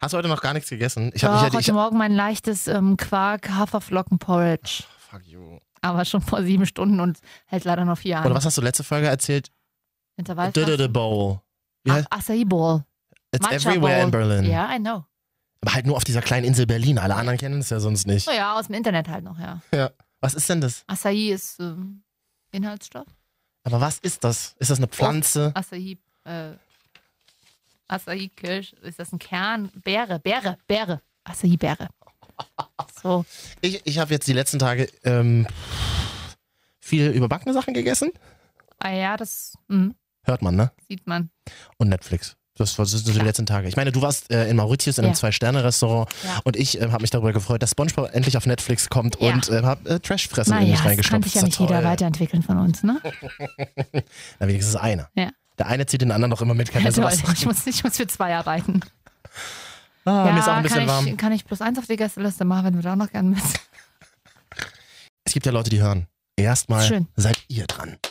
Hast du heute noch gar nichts gegessen? Ich
Doch,
habe mich ja...
heute
Ich,
Morgen mein leichtes ähm, Quark Haferflockenporridge.
fuck you.
Aber schon vor sieben Stunden und hält leider noch vier
Oder
an.
was hast du letzte Folge erzählt?
Intervall. Ah,
Dödödö Bowl. Wie heißt-
Acai Bowl.
It's
Matcha
everywhere
Bowl.
in Berlin.
Ja, I know.
Aber halt nur auf dieser kleinen Insel Berlin. Alle anderen kennen es ja sonst nicht.
Naja, aus dem Internet halt noch, ja.
Was ist denn das?
Acai ist ähm, Inhaltsstoff.
Aber was ist das? Ist das
Oh.
eine Pflanze?
Acai, äh, Acai Kirsch, ist das ein Kern? Beere, Beere, Beere. Acai Beere. So.
Ich, ich habe jetzt die letzten Tage ähm, viel überbackene Sachen gegessen.
Ah ja, das mm,
Hört man, ne?
sieht man.
Und Netflix. Das war das sind so die letzten Tage. Ich meine, du warst äh, in Mauritius in einem
Ja.
Zwei-Sterne-Restaurant
Ja.
und ich äh, habe mich darüber gefreut, dass SpongeBob endlich auf Netflix kommt
Ja.
und äh, habe äh, Trash-Fresse in
Naja,
mich
das kann
reingeschaut.
sich ja nicht jeder weiterentwickeln von uns, ne?
Na, wenigstens einer.
Ja.
Der eine zieht den anderen doch immer mit, kann
Ja,
ja,
toll.
sowas
Ich
sagen.
muss, ich muss für zwei arbeiten.
Ah,
ja,
mir ist auch ein bisschen
kann
warm.
Ich, kann ich plus eins auf die Gästeliste machen, wenn du da noch gerne bist.
Es gibt ja Leute, die hören. Erstmal
Schön.
seid ihr dran.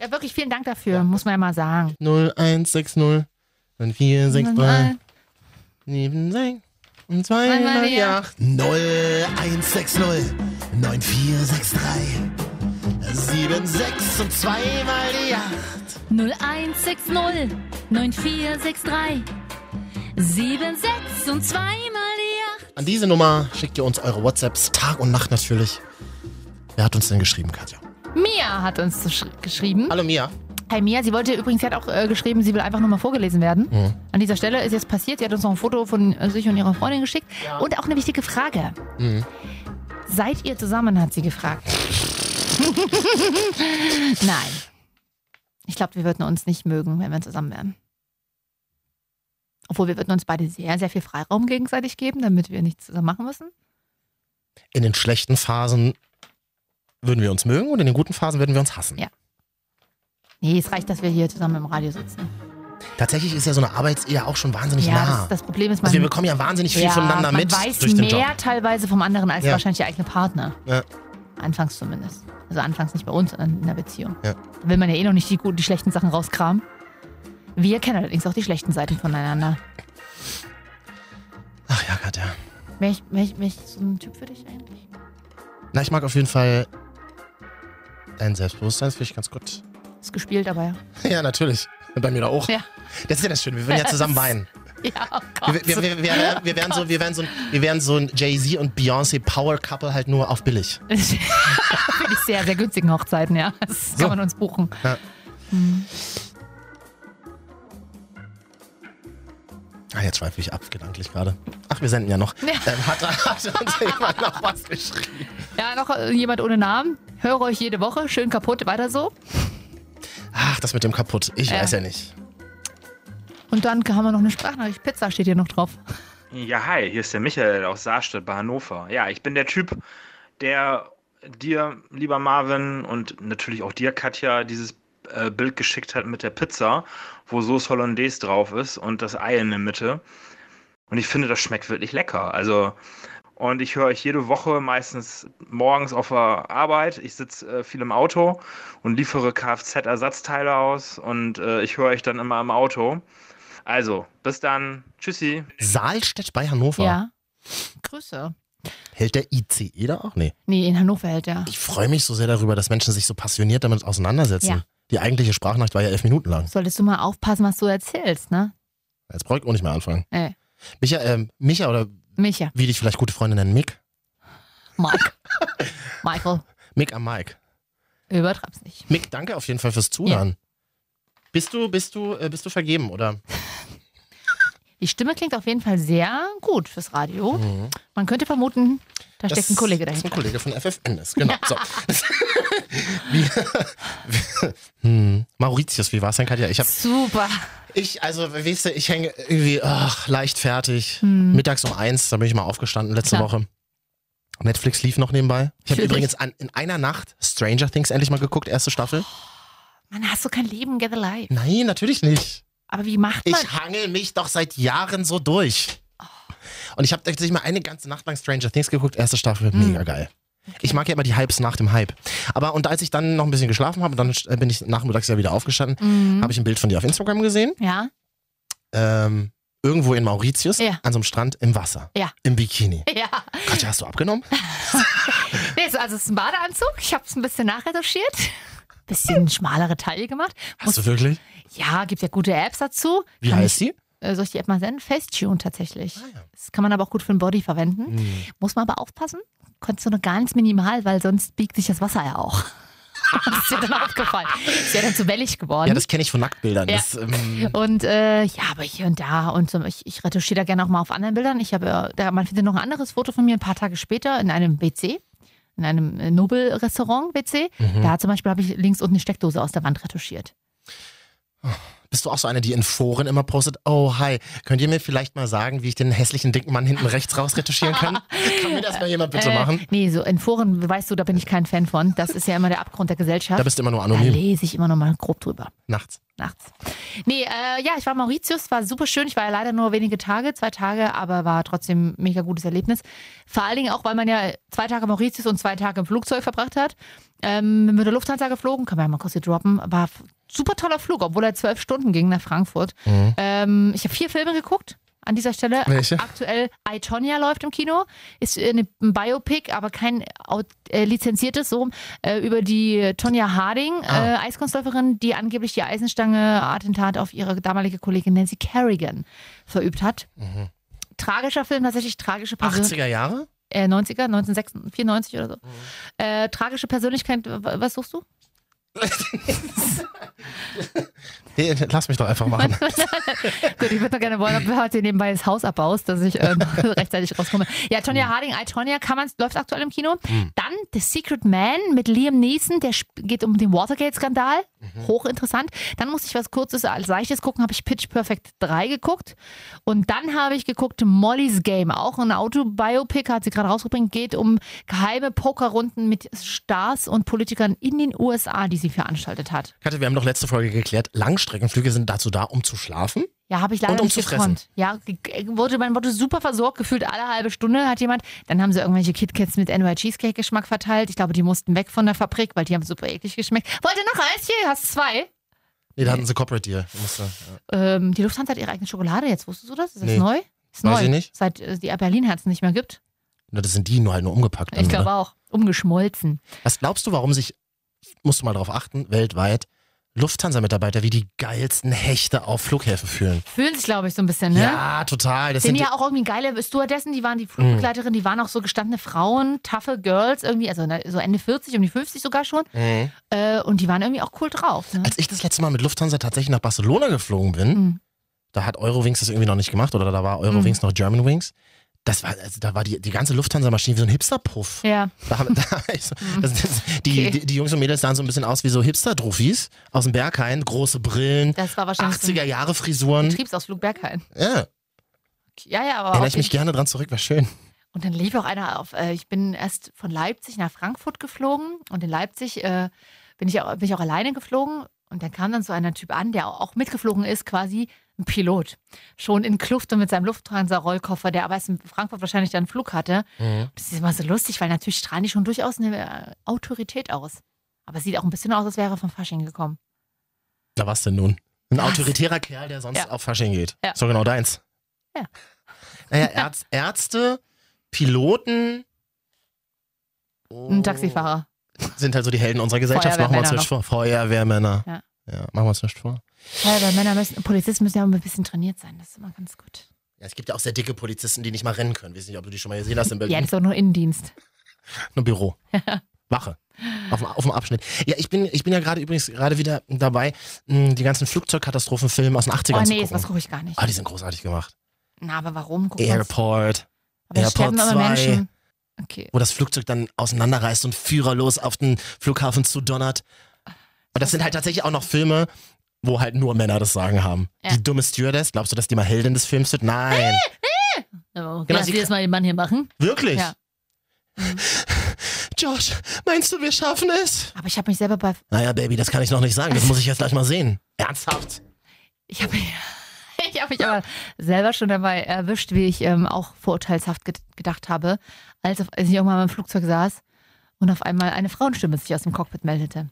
Ja, wirklich vielen Dank dafür, muss man ja mal sagen.
0160 und 463
Nein,
76 und
Einmal
2
die
ja.
0160 9463 76 und zweimal die 8.
0160 9463 76 und zweimal die 8.
An diese Nummer schickt ihr uns eure WhatsApps Tag und Nacht natürlich. Wer hat uns denn geschrieben, Katja?
Mia hat uns zusch- geschrieben.
Hallo Mia.
Hi Mia, sie wollte übrigens, sie hat auch äh, geschrieben, sie will einfach nochmal vorgelesen werden. An dieser Stelle ist jetzt passiert, sie hat uns noch ein Foto von äh, sich und ihrer Freundin geschickt. Und auch eine wichtige Frage. Seid ihr zusammen, hat sie gefragt. Nein. Ich glaube, wir würden uns nicht mögen, wenn wir zusammen wären. Obwohl wir würden uns beide sehr, sehr viel Freiraum gegenseitig geben, damit wir nichts zusammen machen müssen.
In den schlechten Phasen würden wir uns mögen und in den guten Phasen würden wir uns hassen.
Ja. Nee, es reicht, dass wir hier zusammen im Radio sitzen.
Tatsächlich ist ja so eine Arbeitsehe auch schon wahnsinnig
ja,
nah.
das, das Problem ist, man,
also wir bekommen ja wahnsinnig viel
ja,
voneinander
man
mit
weiß
durch den
mehr
Job.
teilweise vom anderen als
Ja.
wahrscheinlich der eigene Partner.
Ja.
Anfangs zumindest. Also anfangs nicht bei uns, sondern in der Beziehung.
Ja.
Da will man ja eh noch nicht die, guten, die schlechten Sachen rauskramen. Wir kennen allerdings auch die schlechten Seiten voneinander.
Ach ja, Katja.
Wäre ich, wär ich, wär ich so ein Typ für dich eigentlich?
Na, ich mag auf jeden Fall dein Selbstbewusstsein, das finde ich ganz gut.
Ist gespielt, aber ja.
Ja, natürlich. Und Bei mir doch auch.
Ja.
Das ist ja das Schöne, wir würden ja zusammen weinen.
Ja, oh
Wir, wir, wir, wir, wir wären so, wir wären so, ein- wir wären so ein Jay-Z und Beyoncé Power Couple halt nur auf billig.
Finde ich sehr, sehr günstigen Hochzeiten, ja. Das
So.
kann man uns buchen.
Ah, jetzt schweife ich ab, gedanklich gerade. Ach, wir senden ja noch. Ähm, hat, hat uns jemand noch was geschrieben?
Ja, noch äh, jemand ohne Namen. Höre euch jede Woche. Schön kaputt, weiter so.
Ach, das mit dem kaputt. Ich
Ja.
weiß ja nicht.
Und dann haben wir noch eine Sprachnachricht. Pizza steht hier noch drauf.
Ja, hi, hier ist der Michael aus Saarstadt bei Hannover. Ja, ich bin der Typ, der dir, lieber Marvin, und natürlich auch dir, Katja, dieses äh, Bild geschickt hat mit der Pizza, wo Soße Hollandaise drauf ist und das Ei in der Mitte. Und ich finde, das schmeckt wirklich lecker. Also, und ich höre euch jede Woche meistens morgens auf der Arbeit. Ich sitze äh, viel im Auto und liefere Kfz-Ersatzteile aus und äh, ich höre euch dann immer im Auto. Also, bis dann. Tschüssi.
Saalstedt bei Hannover.
Ja. Grüße.
Hält der ICE da auch? Nee.
Nee, in Hannover hält er.
Ich freue mich so sehr darüber, dass Menschen sich so passioniert damit auseinandersetzen.
Ja.
Die eigentliche Sprachnacht war ja elf Minuten lang.
Solltest du mal aufpassen, was du erzählst, ne?
Jetzt brauche ich auch nicht mehr anfangen.
Ey.
Micha, ähm, Micha oder
Micha.
wie dich vielleicht gute Freunde nennen, Mick?
Mike. Michael.
Mick am Mike.
Übertreib's nicht.
Mick, danke auf jeden Fall fürs Zuhören. Bist du, bist du, äh, bist du vergeben, oder?
Die Stimme klingt auf jeden Fall sehr gut fürs Radio.
Mhm.
Man könnte vermuten, da Oh, steckt ein Kollege
Das ist ein Kollege
dahinter.
von FFN ist, genau. So. wir, hm. Mauritius, wie war's denn, Katja? Ich hab,
Super.
ich, also, weißt du, ich hänge irgendwie ach, leicht fertig.
Hm.
Mittags um eins, da bin ich mal aufgestanden letzte
Mhm. Klar.
Woche. Netflix lief noch nebenbei. Ich habe
Für dich.
übrigens an, in einer Nacht Stranger Things endlich mal geguckt, erste Staffel.
Mann, hast du kein Leben, get a life.
Nein, natürlich nicht.
Aber wie macht
Ich
man?
hangel mich doch seit Jahren so durch. Und ich habe tatsächlich mal eine ganze Nacht lang Stranger Things geguckt, erste Staffel,
Mhm.
mega geil. Ich mag ja immer die Hypes nach dem Hype. Aber und als ich dann noch ein bisschen geschlafen habe, dann äh, bin ich nachmittags ja wieder aufgestanden,
Mhm.
habe ich ein Bild von dir auf Instagram gesehen.
Ja,
Ähm, irgendwo in Mauritius,
Ja.
an so einem Strand im Wasser.
Ja.
Im Bikini.
ja.
Katja, hast du abgenommen?
Nee, es- also es ist ein Badeanzug. Ich habe es ein bisschen nachretuschiert. Bisschen schmalere Taille gemacht.
Hast du wirklich?
Ja, gibt ja gute Apps dazu.
Wie
Kann
heißt die?
äh, soll ich die App mal senden? Facetune tatsächlich.
Ah, ja. Hm.
Das kann man aber auch gut für den Body verwenden. Muss man aber aufpassen. Konntest du nur ganz minimal, weil sonst biegt sich das Wasser ja auch. das ist dir dann aufgefallen. Ist ja dann zu wellig geworden.
Ja, das kenne ich von Nacktbildern.
Ja.
Das, ähm,
und äh, ja, aber hier und da und so, ich, ich retuschiere da gerne auch mal auf anderen Bildern. Ich habe, äh, da, man findet noch ein anderes Foto von mir ein paar Tage später in einem WC, in einem äh,
Mhm.
Nobel-Restaurant WC. Da zum Beispiel habe ich links unten eine Steckdose aus der Wand retuschiert.
Bist du auch so eine, die in Foren immer postet, oh hi, könnt ihr mir vielleicht mal sagen, wie ich den hässlichen dicken Mann hinten rechts rausretuschieren kann? kann mir das mal jemand bitte
Äh,
machen?
Nee, so in Foren, weißt du, da bin ich kein Fan von. Das ist ja immer der Abgrund der Gesellschaft.
Da bist du immer nur
da
anonym.
lese ich immer noch mal grob drüber.
Nachts.
Nachts. Nee, äh, ja, ich war in Mauritius, war super schön. Ich war ja leider nur wenige Tage, zwei Tage, aber war trotzdem ein mega gutes Erlebnis. Vor allen Dingen auch, weil man ja zwei Tage Mauritius und zwei Tage im Flugzeug verbracht hat. Ähm, mit der Lufthansa geflogen, kann man ja mal kurz hier droppen. War f- super toller Flug, obwohl er zwölf Stunden ging nach Frankfurt. Ähm, ich habe vier Filme geguckt. An dieser Stelle
Welche?
aktuell I, Tonya läuft im Kino, ist äh, eine- ein Biopic, aber kein au- äh, lizenziertes, so rum, äh, über die Tonya Harding,
Ah.
äh, Eiskunstläuferin, die angeblich die Eisenstange-Attentat auf ihre damalige Kollegin Nancy Kerrigan verübt hat.
Mhm.
Tragischer Film, tatsächlich tragische Persönlichkeit
80er Jare?
äh, 90er, 1994 oder so.
Mhm.
Äh, tragische Persönlichkeit, w- was suchst du?
Nee, lass mich doch einfach machen.
Gut, ich würde noch gerne wollen, ob du heute nebenbei das Haus abbaust, dass ich ähm, rechtzeitig rauskomme. Ja, Tonya Harding, I, Tonya, kann man, läuft aktuell im Kino. Dann The Secret Man mit Liam Neeson, der sp- geht um den Watergate-Skandal. Hochinteressant. Dann musste ich was Kurzes, als Seichtes gucken, habe ich Pitch Perfect 3 geguckt. Und dann habe ich geguckt Molly's Game, auch ein Autobiopic, hat sie gerade rausgebracht, geht um geheime Pokerrunden mit Stars und Politikern in den USA, die sie veranstaltet hat.
Katja, wir haben doch letzte Folge geklärt, Langstreckenflüge sind dazu da, um zu schlafen.
Ja, habe ich leider
Und um
nicht
zu fressen.
gekonnt. Ja, ge- ge- wurde, man wurde super versorgt, gefühlt alle halbe Stunde hat jemand. Dann haben sie irgendwelche KitKats mit NY Cheesecake-Geschmack verteilt. Ich glaube, die mussten weg von der Fabrik, weil die haben super eklig geschmeckt. Wollt ihr noch eins? Hier, hast zwei.
Nee, da hatten sie Corporate Deal. Musste, ja.
Ähm, die Lufthansa hat ihre eigene Schokolade jetzt. Wusstest du das? Ist das
Nee.
neu?
Weiß
Ist neu.
ich nicht.
Seit äh, die Air Berlin Herzen nicht mehr gibt.
Na, Das sind die nur halt nur umgepackt.
Ich
oder?
glaube auch. Umgeschmolzen.
Was glaubst du, warum sich, musst du mal darauf achten, weltweit Lufthansa-Mitarbeiter wie die geilsten Hechte auf Flughäfen fühlen?
Fühlen sich, glaube ich, so ein bisschen, ne?
Ja, total. Das
sind
sind Mhm.
ja auch irgendwie geile Stewardessen, die waren die Flugbegleiterin, die waren auch so gestandene Frauen, taffe Girls irgendwie, also ne, so Ende 40, um die 50 sogar schon.
die, Mhm.
Äh, und die waren irgendwie auch cool drauf. Ne?
Als ich das letzte Mal mit Lufthansa tatsächlich nach Barcelona geflogen bin,
Mhm.
da hat Eurowings das irgendwie noch nicht gemacht oder da war Eurowings noch Germanwings. Das war, also da war die, die ganze Lufthansa-Maschine wie so ein Hipster-Puff.
Hm, Ja, Hm.
Da, haben- da, also, das, das, die,
Okay.
die, die Jungs und Mädels sahen so ein bisschen aus wie so Hipster-Trophys aus dem Berghain, große Brillen,
das war wahrscheinlich so ein
80er-Jahre-Frisuren.
Betriebsausflug Berghain.
Ja,
Oh, Ja, ja, aber.
erinnere
Auf
ich mich gerne dran zurück, war schön.
und dann lief auch einer auf. Äh, ich bin erst von Leipzig nach Frankfurt geflogen und in Leipzig äh, bin, ich auch, bin ich auch alleine geflogen. Und dann kam dann so einer Typ an, der auch mitgeflogen ist, quasi ein Pilot. Schon in Kluft und mit seinem Lufthansa-Rollkoffer, der aber erst in Frankfurt wahrscheinlich dann einen Flug hatte. Das ist immer so lustig, weil natürlich strahlen die schon durchaus eine äh, Autorität aus. Aber es sieht auch ein bisschen aus, als wäre er von Fasching gekommen.
Na, was denn nun? Ein
Was?
autoritärer Kerl, der sonst
Ja.
auf Fasching geht.
Ja.
So genau deins.
Ja.
Naja, Ärz Ärzte, Piloten. Oh.
Ein Taxifahrer.
Sind halt so die Helden unserer Gesellschaft. Machen wir uns
Feuerwehrmänner
nicht vor. Feuerwehrmänner.
Ja.
ja, machen wir uns nicht vor.
Ja, weil Männer müssen, Polizisten müssen ja auch ein bisschen trainiert sein. Das ist immer ganz gut.
Ja, es gibt ja auch sehr dicke Polizisten, die nicht mal rennen können. Weiß nicht, ob du die schon mal gesehen hast in Berlin.
Ja, das ist auch nur Innendienst.
Nur Büro. Wache. Auf dem, auf dem Abschnitt. Ja, ich bin, ich bin ja gerade übrigens gerade wieder dabei, mh, die ganzen Flugzeugkatastrophenfilme aus den 80ern
oh
zu
nee,
gucken.
was Oh, gucke ich gar nicht.
ah, die sind großartig gemacht.
Na, aber warum? Guck mal.
Airport.
Aber es sterben
Airport
aber
2.
Menschen. Okay.
wo das Flugzeug dann auseinanderreißt und führerlos auf den Flughafen zudonnert. Und das sind halt tatsächlich auch noch Filme, wo halt nur Männer das Sagen haben.
Ja.
Die dumme Stewardess, glaubst du, dass die mal Heldin des Films wird? Nein. Genau,
Genau, Lass
sie
dir das mal den Mann hier machen.
Wirklich?
Ja.
Josh, meinst du, wir schaffen es?
Aber ich habe mich selber bei.
Naja, Baby, das kann ich noch nicht sagen. Das muss ich jetzt gleich mal sehen. Ernsthaft?
Ich habe mich, ich hab mich aber selber schon dabei erwischt, wie ich ähm, auch vorurteilshaft ge gedacht habe, als, auf, als ich irgendwann mal im Flugzeug saß und auf einmal eine Frauenstimme sich aus dem Cockpit meldete.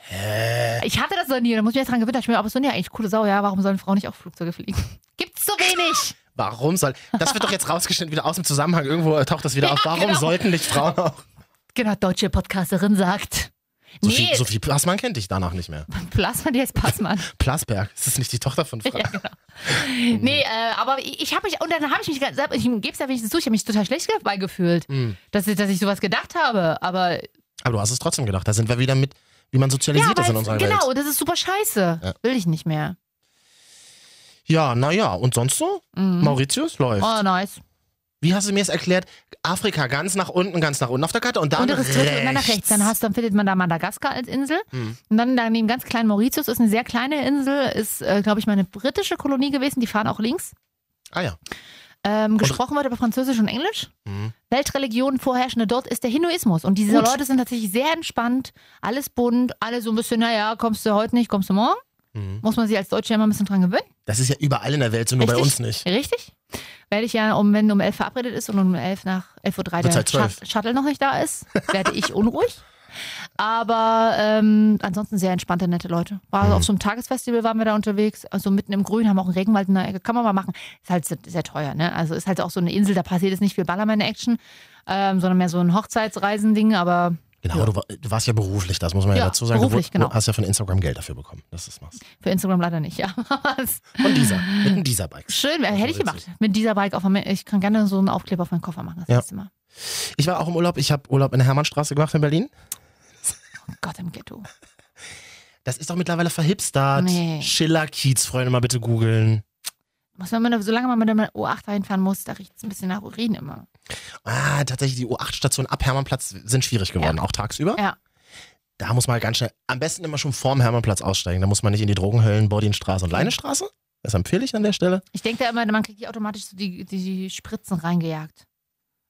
Hä? Ich hatte das noch nie, da muss ich mich erst dran gewöhnen. Da dachte Ich mir, aber so, nee, eigentlich coole Sau, ja, warum sollen Frauen nicht auch Flugzeuge fliegen? Gibt's so wenig!
Warum soll. Das wird doch jetzt rausgeschnitten, wieder aus dem Zusammenhang. Irgendwo taucht das wieder auf. Warum
genau.
sollten nicht Frauen auch.
Genau, deutsche Podcasterin sagt.
Sophie,
nee,
Sophie Plassmann kennt dich danach nicht mehr.
Plasma, die heißt Passmann.
Plasberg, ist das nicht die Tochter von Frank?
Oh genau. nee, äh, aber ich, ich habe mich, und dann habe ich mich, ganz- ich gebe es ja wenigstens zu, ich habe mich total schlecht dabei gefühlt,
Mhm.
dass, ich- dass ich sowas gedacht habe. Aber
Aber du hast es trotzdem gedacht. Da sind wir wieder mit, wie man
ja,
sozialisiert
aber
ist in
es-
unserer
genau,
Welt.
das ist super scheiße.
Ja.
Will ich nicht mehr.
Ja, naja. Und sonst so?
Mhm.
Mauritius läuft.
Oh, nice.
wie hast du mir es erklärt? Afrika ganz nach unten, ganz nach unten auf der Karte und dann
Und das
rechts. Hm.
dritte immer nach rechts. Dann, hast, dann findet man da Madagaskar als Insel. Und dann daneben ganz klein Mauritius ist eine sehr kleine Insel, ist, äh, glaube ich, mal eine britische Kolonie gewesen. Die fahren auch links.
ah ja.
Ähm, gesprochen wird aber Französisch und Englisch.
Mhm.
Weltreligionen vorherrschende dort ist der Hinduismus. Und diese
Gut.
Leute sind tatsächlich sehr entspannt, alles bunt, alle so ein bisschen, naja, kommst du heute nicht, kommst du morgen.
Mhm.
Muss man sich als Deutsche ja immer ein bisschen dran gewöhnen.
Das ist ja überall in der Welt so, nur bei
Richtig.
uns nicht.
Richtig? Werde ich ja, um, wenn um 11 verabredet ist und um 11 nach 11.03 Uhr der
Wird's halt
Shut-
12.
Shuttle noch nicht da ist, werde ich unruhig. Aber ähm, ansonsten sehr entspannte, nette Leute. War Auf so einem Tagesfestival waren wir da unterwegs, also mitten im Grün, haben auch einen Regenwald in der Ecke, kann man mal machen. Ist halt sehr, sehr teuer, ne? Also ist halt auch so eine Insel, da passiert jetzt nicht viel Ballermann-Action, ähm, sondern mehr so ein Hochzeitsreisending, aber
Genau, du, wa- du warst ja beruflich, das muss man ja,
Ja,
dazu sagen.
beruflich,
du wo- wo-
genau.
hast ja von Instagram Geld dafür bekommen, dass du es machst.
für Instagram leider nicht. Ja.
Von dieser, mit einem dieser Bikes.
Schön, hätte ich gemacht. Mit dieser Bike auf meinem- Ich kann gerne so einen Aufkleber auf meinen Koffer machen, das
Ja.
nächste Mal.
Ich war auch im Urlaub, ich habe Urlaub in der Hermannstraße gemacht in Berlin.
Gott im Ghetto.
Das ist doch mittlerweile verhipstert.
Nee.
Schiller-Kiez, Freunde, mal bitte googeln.
Muss man, mit- solange man mit der U8 reinfahren muss, da riecht es ein bisschen nach Urin immer.
Ah, tatsächlich, die U8-Stationen ab Hermannplatz sind schwierig geworden, auch tagsüber.
Ja.
Da muss man halt ganz schnell, am besten immer schon vorm Hermannplatz aussteigen. Da muss man nicht in die Drogenhöllen, Bodinstraße und
Mhm.
Leinestraße. Das empfehle ich an der Stelle.
Ich denke da immer, man kriegt hier automatisch so die, die, die Spritzen reingejagt.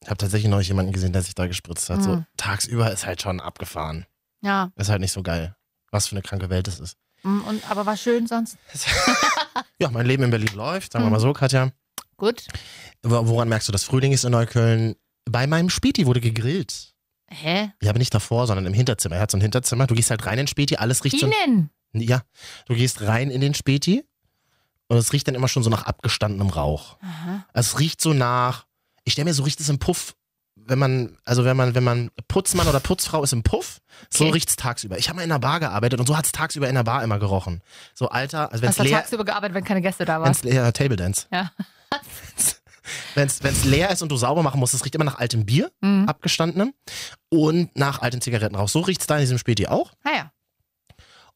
Ich habe tatsächlich neulich jemanden gesehen, der sich da gespritzt hat. So,
Mhm.
tagsüber ist halt schon abgefahren.
Ja,
Ist halt nicht so geil. Was für eine kranke Welt es ist.
mm, und, aber war schön sonst.
Ja, mein Leben in Berlin läuft, sagen wir
Mhm.
mal so, Katja.
Gut.
Wo- Woran merkst du, dass Frühling ist in Neukölln? Bei meinem Späti wurde gegrillt.
Hä?
Ja, aber nicht davor, sondern im Hinterzimmer. Er hat so ein Hinterzimmer. Du gehst halt rein in den Späti, alles riecht so.
Innen!
Ja, du gehst rein in den Späti und es riecht dann immer schon so nach abgestandenem Rauch.
Aha.
Also es riecht so nach. Ich stelle mir so riecht es im Puff, wenn man also wenn man wenn man Putzmann oder Putzfrau ist im Puff, so
Okay.
riecht's tagsüber. Ich habe mal in einer Bar gearbeitet und so hat's tagsüber in der Bar immer gerochen. So alter, also wenn's
Hast du
leer,
tagsüber gearbeitet, wenn keine Gäste da waren?
wenn's leer Table Dance.
Ja.
Wenn's wenn's leer ist und du sauber machen musst, es riecht immer nach altem Bier,
Mhm.
abgestandenem und nach altem Zigarettenrauch. So riecht's da in diesem Späti auch.
Naja.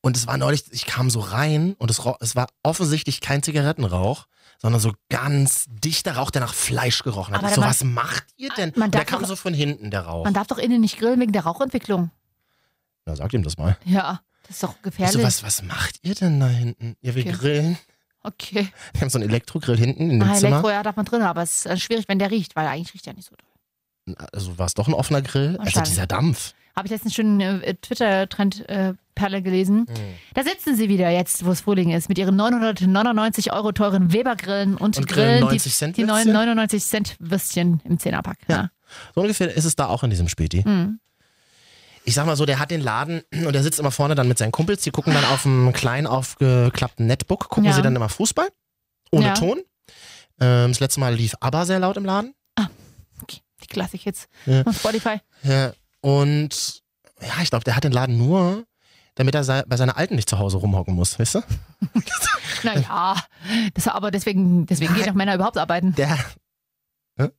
Und es war neulich, ich kam so rein und es, roch- es war offensichtlich kein Zigarettenrauch, sondern so ganz dichter Rauch, der nach Fleisch gerochen hat.
Aber
ich so,
man-
was macht ihr denn?
Man
Und der
darf
kam
doch-
so von hinten, der Rauch.
Man darf doch innen nicht grillen wegen der Rauchentwicklung.
Na, sagt ihm das mal.
Ja, das ist doch
Ich so,
gefährlich.
was, was macht ihr denn da hinten? Ja, wir
Okay.
grillen.
Okay.
Wir haben so einen Elektrogrill hinten in dem
Ah,
Zimmer.
Elektro, ja, darf man drin, aber es ist äh, schwierig, wenn der riecht, weil eigentlich riecht er nicht so doll.
Also war es doch ein offener Grill. Also
Wahrscheinlich.
dieser Dampf.
Habe ich letztens schon äh, Twitter-Trend-Perle gelesen. Da sitzen sie wieder jetzt, wo es Frühling ist, mit ihren 999 Euro teuren Webergrillen und,
Und grillen
Grillen,
90 Cent
die, die neuen
Würstchen?
99 Cent Würstchen im Zehnerpack. Ja.
So ungefähr ist es da auch in diesem Späti.
Mhm.
Ich sag mal so, der hat den Laden und der sitzt immer vorne dann mit seinen Kumpels. Die gucken dann auf einem klein aufgeklappten Netbook, gucken
Ja.
sie dann immer Fußball. Ohne
Ja.
Ton. Ähm, das letzte Mal lief ABBA sehr laut im Laden.
Okay, die Klassik-Hits
Ja.
von Spotify.
Ja. Und ja, ich glaube, der hat den Laden nur, damit er sei, bei seiner Alten nicht zu Hause rumhocken muss, weißt du?
Naja, das, aber deswegen, deswegen gehen doch Männer überhaupt arbeiten.
Der, Hä?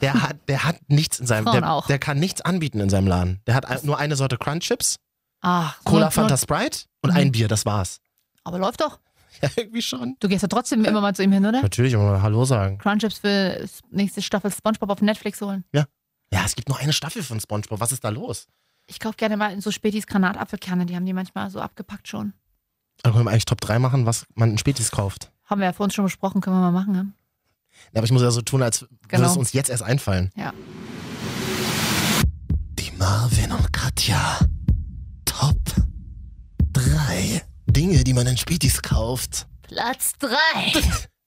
der, hat, der hat nichts in seinem,
Frauen
der,
auch.
der kann nichts anbieten in seinem Laden. Der hat ein- nur eine Sorte Crunch-Chips,
Ach, so-
Cola,
so-
Fanta, Sprite und
Mhm.
ein Bier, das war's.
Ah, Aber läuft doch.
Ja, irgendwie schon.
Du gehst ja trotzdem immer mal zu ihm hin, oder?
Natürlich, immer mal Hallo sagen.
Crunchips für nächste Staffel Spongebob auf Netflix holen.
Ja, es gibt nur eine Staffel von SpongeBob. Was ist da los?
Ich kaufe gerne mal in so Spätis Granatapfelkerne, die haben die manchmal so abgepackt schon.
Da können wir eigentlich Top 3 machen, was man in Spätis kauft.
Haben wir ja vor uns schon besprochen, können wir mal machen. Ne?
Ja, aber ich muss ja so tun, als würde
Genau.
es uns jetzt erst einfallen.
Die Marvin und Katja. Top 3 Dinge, die man in Spätis kauft.
Platz 3.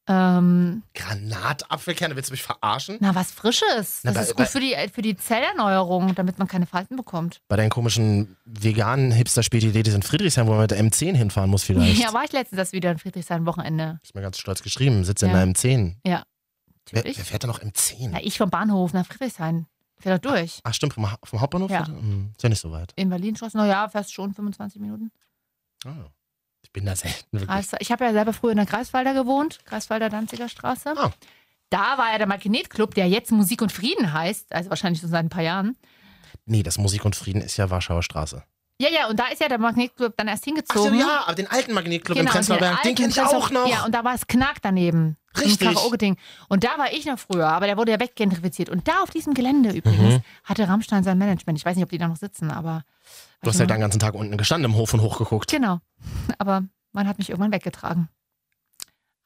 Ähm,
Granatapfelkerne, willst du mich verarschen?
Na, was Frisches. Das
Na, bei-
ist
bei-
gut für die, für die Zellerneuerung, damit man keine Falten bekommt.
Bei deinen komischen veganen Hipster-Späti Ladies in Friedrichshain, wo man mit der M10 hinfahren muss vielleicht.
Ja, war ich letztens das wieder in Friedrichshain Wochenende.
Ist mir ganz stolz geschrieben, sitze
Ja.
in der M10. Wer,
Natürlich.
wer fährt da noch M10?
Na, ich vom Bahnhof nach Friedrichshain. Fähr doch durch.
Ach stimmt, vom, Ha- vom Hauptbahnhof?
Ja.
Hm, Ist ja nicht so weit.
In Berlin-Straße, naja, fährst schon 25 Minuten.
Ah. Ich bin da selten wirklich.
Also, ich habe ja selber früher in der Greifswalder gewohnt, Greifswalder Danziger Straße.
Ah.
Da war ja der Magnetclub, der jetzt Musik und Frieden heißt, also wahrscheinlich schon seit ein paar Jahren.
Nee, das Musik und Frieden ist ja Warschauer Straße.
Ja, ja, und da ist ja der Magnetclub dann erst
Ach so,
hingezogen.
ja, aber den alten Magnetclub im
und
Prenzlauer
Genau, den
Berg, den
alten
kenn ich
Prenzlauer-
auch noch.
Ja, und da war es Knack daneben.
Richtig.
Ein Karaoke-Ding. Und da war ich noch früher, aber der wurde ja weggentrifiziert. Und da auf diesem Gelände
Mhm.
übrigens hatte Rammstein sein Management. Ich weiß nicht, ob die da noch sitzen, aber.
du
mhm.
hast halt ja den ganzen Tag unten gestanden im Hof und hochgeguckt.
Genau. Aber man hat mich irgendwann weggetragen.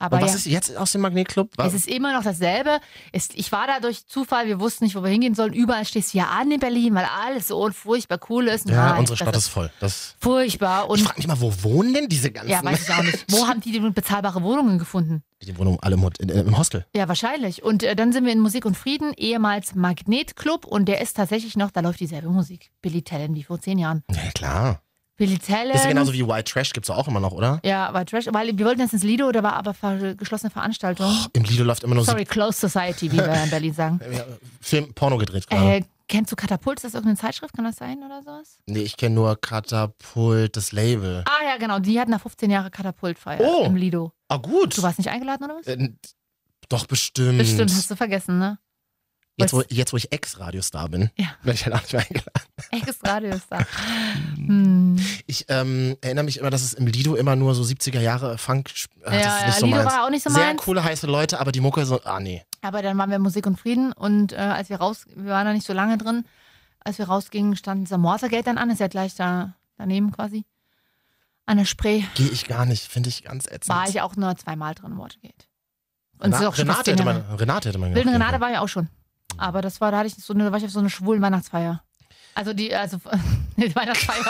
Aber
und was
ja.
ist jetzt aus dem Magnetclub?
Es ist immer noch dasselbe. Es, ich war da durch Zufall, wir wussten nicht, wo wir hingehen sollen. Überall stehst du ja an in Berlin, weil alles so unfurchtbar cool ist.
ja,
Nein,
unsere
das
Stadt ist voll. Das,
furchtbar.
ich
Und
frage mich mal, wo wohnen denn diese ganzen
ja, weiß ich auch nicht. Wo haben die denn bezahlbare Wohnungen gefunden?
Die wohnen um alle im, Hot- in- im Hostel.
Ja, wahrscheinlich. Und äh, dann sind wir in Musik und Frieden, ehemals Magnetclub. Und der ist tatsächlich noch, da läuft dieselbe Musik. Billy Talent, wie vor zehn Jahren.
Ja, klar.
Billy
Das ist ja
Talent.
genauso wie White Trash, gibt's doch auch immer noch, oder?
ja, war Trash. Weil wir wollten jetzt ins Lido, da war aber ver geschlossene Veranstaltung.
Im Lido läuft immer nur
Sorry, Close Society, wie wir in Berlin sagen.
so ja, Film, Porno gedreht gerade.
Äh, kennst du Katapult? Ist das irgendeine Zeitschrift? Kann das sein oder sowas?
nee, ich kenne nur Katapult, das Label.
Ah ja, genau. Die hatten nach 15 Jahren Katapultfeier
Oh.
im Lido.
Ah, gut.
Du warst nicht eingeladen oder was?
Äh, doch, bestimmt.
Bestimmt, hast du vergessen, ne?
jetzt, wo,
Was?
jetzt, wo ich Ex-Radiostar bin,
Ja.
werde ich halt auch nicht mehr eingeladen.
Ex Radio ist da. Hm.
Ich ähm, erinnere mich immer, dass es im Lido immer nur so 70er Jahre Funk. Ach, das
Ja,
ist
ja,
nicht so
Lido
meins.
war auch nicht so
Sehr
meins.
coole, heiße Leute, aber die Mucke so. Ah, nee.
Aber dann waren wir in Musik und Frieden und äh, als wir raus, wir waren da nicht so lange drin, als wir rausgingen, stand dieser Morsergate dann an, ist ja gleich da daneben quasi. An der Spree
Gehe ich gar nicht. Finde ich ganz ätzend.
war ich auch nur zweimal drin, Watergate. Und es
Rena
ist auch schon fast
Renate,
zehn
hätte
Jahre
man, Renate hätte man
Wilden
gehabt.
Renate war ja auch schon. Aber das war, da hatte ich so eine, da war ich auf so eine schwulen Weihnachtsfeier. Also die, also die Weihnachtsfeier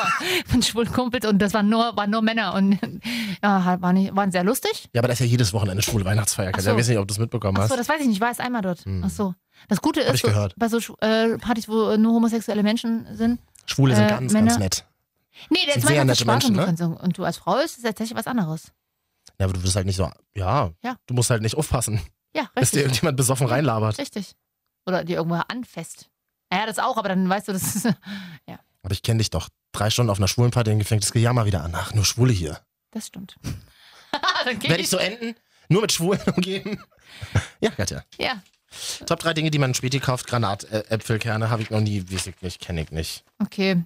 von schwulen Kumpels und das waren nur, waren nur Männer und ja, halt, war nicht, waren sehr lustig.
Ja, aber da ist ja jedes Wochenende schwule Weihnachtsfeier.
Ach
Ich
so.
weiß nicht, ob du es mitbekommen hast.
Achso, das weiß ich nicht, ich war erst einmal dort.
Hm.
Ach so. Das Gute
Hab
ist,
ich
so,
gehört.
bei so Schw- äh, Partys, wo äh, nur homosexuelle Menschen sind.
Schwule sind
äh,
ganz,
Männer-
ganz nett.
Nee, das
Sind
meine
sehr
ich
nette
das Spaß
Menschen,
und, du
ne?
kannst, so- und du als Frau ist, ist tatsächlich was anderes.
Ja, aber du bist halt nicht so. Ja,
Ja.
du musst halt nicht aufpassen,
Ja,
dass dir
richtig.
irgendjemand besoffen reinlabert.
Richtig. Oder dir irgendwo anfasst. Ja, das auch, aber dann weißt du, das ist.
Aber ich kenne dich doch. Drei Stunden auf einer schwulen Party im Gefängnis, geh ja mal wieder an. Ach, nur Schwule hier.
Das stimmt. dann geh
Werde ich so enden? Nur mit Schwulen umgeben? ja, Katja.
Ja,
Top drei Dinge, die man spät kauft. Granatäpfelkerne habe ich noch nie, weiß ich nicht, kenne ich nicht.
okay.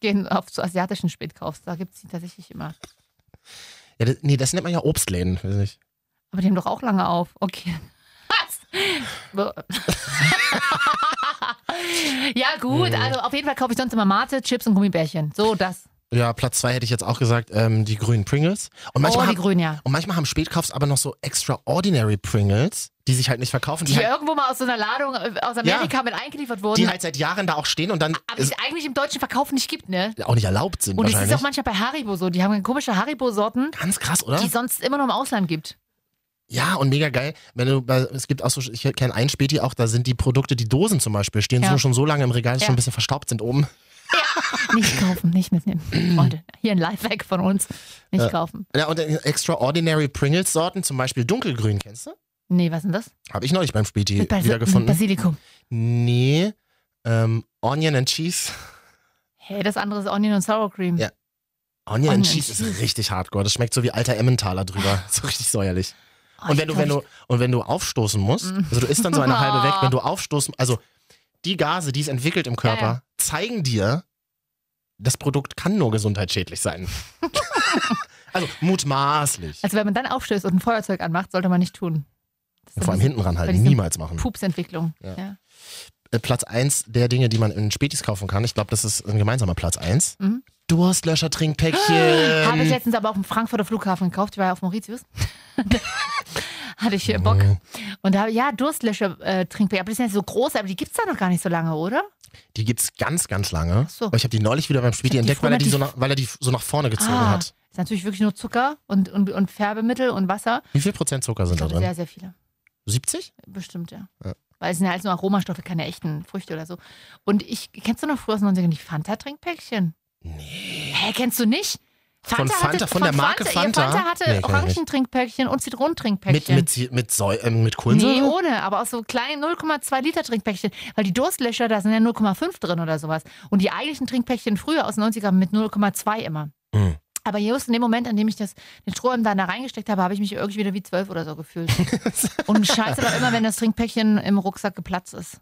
Gehen auf zu asiatischen Spätkaufs, da gibt es die tatsächlich immer.
Ja, das, nee, das nennt man ja Obstläden, weiß ich.
Aber die haben doch auch lange auf. Okay. Was? Bo- ja, gut. Also auf jeden Fall kaufe ich sonst immer Mate, Chips und Gummibärchen. So, das.
Ja, Platz zwei hätte ich jetzt auch gesagt, ähm, die grünen Pringles. Und
Oh,
manchmal,
die
haben,
Grünen, ja.
und manchmal haben Spätkaufs aber noch so extraordinary Pringles, die sich halt nicht verkaufen, die,
Die
halt,
irgendwo mal aus so einer Ladung äh, aus Amerika mit eingeliefert wurden.
die halt seit Jahren da auch stehen und dann
Ah, aber die
ist,
es eigentlich im deutschen Verkauf nicht gibt, ne?
auch nicht erlaubt sind
Und es ist
wahrscheinlich.
auch manchmal bei Haribo so. Die haben komische Haribo-Sorten,
Ganz krass, oder?
die sonst immer nur im Ausland gibt.
Ja, und mega geil. Wenn du bei, es gibt auch so, ich kenne einen Späti auch, da sind die Produkte, die Dosen zum Beispiel, stehen
Ja.
so schon so lange im Regal, dass
Ja.
schon ein bisschen verstaubt sind oben.
Nicht kaufen, nicht mitnehmen. Freunde, hier ein Lifehack von uns. Nicht
Ja.
kaufen.
Ja, und äh, extraordinary Pringles-Sorten, zum Beispiel dunkelgrün, kennst du?
Nee, was ist denn das?
Habe ich neulich beim Späti
Basi-
wiedergefunden.
Basilikum.
Nee, ähm, Onion and Cheese.
Hey, das andere ist Onion und Sour Cream.
Ja. Onion, and
Onion
Cheese ist
Cheese.
richtig hardcore. Das schmeckt so wie alter Emmentaler drüber. So richtig säuerlich. und
Oh, ich Mm.
wenn du,
glaub,
wenn du, und wenn du aufstoßen musst, also du isst dann so eine halbe weg, wenn du aufstoßen, also die Gase, die es entwickelt im Körper,
Ja, ja.
zeigen dir, das Produkt kann nur gesundheitsschädlich sein. also mutmaßlich.
ich- Also wenn man dann aufstößt und ein Feuerzeug anmacht, sollte man nicht tun. Das ist
Vor allem
ein bisschen
hinten ran
bei
halten,
diesem
niemals machen.
Pupsentwicklung.
Ja.
Ja.
Äh, Platz 1 der Dinge, die man in Spätis kaufen kann, ich glaube, das ist ein gemeinsamer Platz 1.
Mhm.
Durstlöscher, Trinkpäckchen.
Habe ich letztens aber auf dem Frankfurter Flughafen gekauft. Ich war ja auf Mauritius. Hatte ich hier Bock.
Hm,
Und da habe ja Durstlöscher äh, Trinkbecher. Aber die sind ja so groß, aber die gibt es da noch gar nicht so lange, oder?
Die gibt's ganz, ganz lange.
Ach so.
Aber ich habe die neulich wieder beim Späti
Ich hab die
entdeckt, weil er, die so
früher
nach, weil er die so nach vorne gezogen hat.
Ah. Ist natürlich wirklich nur Zucker und, und, und Färbemittel und Wasser.
Wie viel Prozent Zucker
Ich
sind da
glaube,
drin?
sehr, sehr viele.
70?
Bestimmt, ja.
Ja.
Weil es sind ja alles nur Aromastoffe, keine echten Früchte oder so. Und ich, kennst du noch früher aus den 90ern die Fanta-Trinkpäckchen? Nee. Hä, kennst du nicht?
Von Fanta,
hatte,
von der Marke
ihr
Fanta?
Fanta
Nee,
hatte
kenn ich
Orangentrinkpäckchen und
Mit,
Zitronentrinkpäckchen.
mit, Sie- mit, Säu äh, mit
Nee,
Kohlensäure?
ohne, aber aus so kleinen 0,2 Liter Trinkpäckchen. Weil die Durstlöcher, da sind ja 0,5 drin oder sowas. Und die eigentlichen Trinkpäckchen früher aus den 90ern mit 0,2 immer.
Mhm.
Aber just in dem Moment, an dem ich das, den Strohhalm dann da reingesteckt habe, habe ich mich irgendwie wieder wie zwölf oder so gefühlt. Und scheiße doch immer, wenn das Trinkpäckchen im Rucksack geplatzt ist.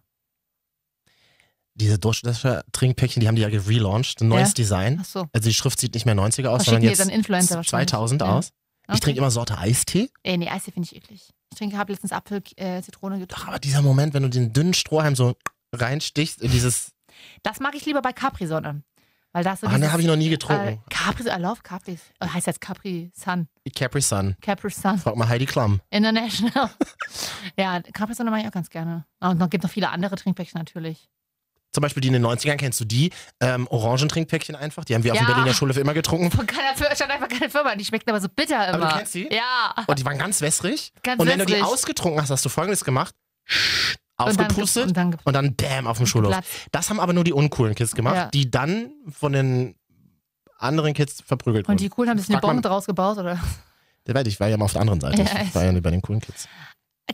diese Duschdascher-Trinkpäckchen, die haben die ja gelauncht, ein neues
Ja.
Design.
Ach so.
Also die Schrift sieht nicht mehr 90er aus,
Verschicken
sondern
die
jetzt
dann Influencer wahrscheinlich.
2000
Ja.
aus. Ich trinke immer Sorte Eistee.
Ey, nee, Eistee finde ich eklig. Ich trinke, habe letztens Apfel, äh, Zitrone
Doch,
getrunken.
aber dieser Moment, wenn du den dünnen Strohhalm so reinstichst in dieses...
Das mag ich lieber bei Capri-Sonne. Weil das so
Ah, ne,
dieses-
habe ich noch nie getrunken.
Äh, Capri, I love Capri. Oh, heißt jetzt Capri Sun.
Capri Sun.
Capri Sun
Frag mal Heidi Klum.
International. ja, Capri Sonne mag ich auch ganz gerne. Ah, Und noch gibt noch viele andere Trinkpäckchen natürlich.
Zum Beispiel die in den 90ern, kennst du die? Ähm, Orangentrinkpäckchen einfach. Die haben wir auf
Ja.
dem Berliner Schulhof immer getrunken.
Von keiner Firma, stand einfach keine Firma. Die schmecken aber so bitter immer.
Aber du kennst sie?
Ja,
Und die waren ganz wässrig.
ganz
und wenn du die
wässrig.
ausgetrunken hast, hast du folgendes gemacht.
Und dann ge-
Aufgepustet
Und dann ge-
und dann damn auf dem Schulhof.
geplatzt.
Das haben aber nur die uncoolen Kids gemacht,
Ja.
die dann von den anderen Kids verprügelt
Und
wurden.
die coolen haben sich eine
Frag mal-
Bombe draus gebaut, oder?
Der weiß, ich war ja mal auf der anderen Seite.
Ja,
ich war ja nicht bei den coolen Kids.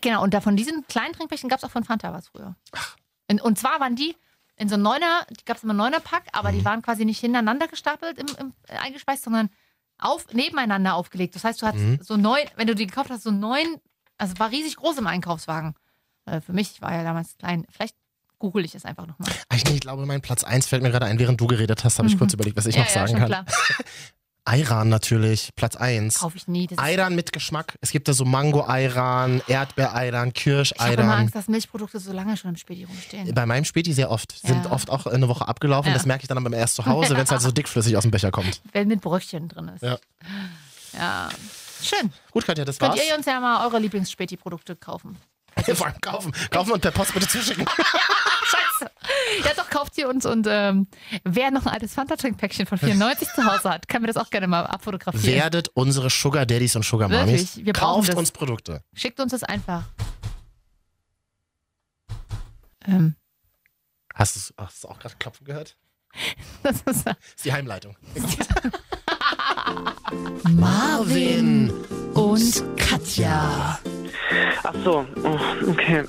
Genau, und da von diesen kleinen Trinkpäckchen gab es auch von Fanta was früher. Und, und zwar waren die in so einem Neuner, die gab es immer Neuner-Pack, aber
Mhm.
die waren quasi nicht hintereinander gestapelt im, im, äh, eingespeist, sondern auf, nebeneinander aufgelegt. Das heißt, du hast
Mhm.
so neun, wenn du die gekauft hast, so neun, also war riesig groß im Einkaufswagen. Äh, für mich, ich war ja damals klein. Vielleicht google ich es einfach nochmal.
Ah, Ich, ich glaube, mein Platz 1 fällt mir gerade ein. Während du geredet hast, habe ich
Mhm.
kurz überlegt, was ich
ja,
noch
ja,
sagen
schon
kann.
klar.
Ayran natürlich, Platz 1.
Kaufe ich nie. Das ist,
Ayran mit Geschmack. Es gibt da so Mango-Ayran, Erdbeer-Ayran,
ich habe immer
Kirsch-Ayran.
Angst, dass Milchprodukte so lange schon im Späti rumstehen.
Bei meinem Späti sehr oft. Sind
Ja.
oft auch eine Woche abgelaufen.
Ja.
Das merke ich dann beim erst zu Hause, wenn es halt so dickflüssig aus dem Becher kommt.
Wenn mit Bröckchen drin ist.
Ja.
ja. Schön.
Gut, Katja, das
Könnt
war's.
ihr uns ja mal eure Lieblingsspäti-Produkte kaufen.
Vor allem kaufen. Kaufen und per Post bitte zuschicken.
Scheiße. Ja, doch, kauft sie uns. Und ähm, wer noch ein altes Fanta-Trinkpäckchen von 94 zu Hause hat, kann mir das auch gerne mal abfotografieren.
Werdet unsere Sugar Daddies und Sugar Mummies.
Wirklich, wir brauchen
Kauft
das.
uns Produkte.
Schickt uns das einfach. Ähm,
Hast du hast du auch gerade klopfen gehört?
das ist
Das ist die Heimleitung.
Marvin und Katja.
Ach so, oh, okay.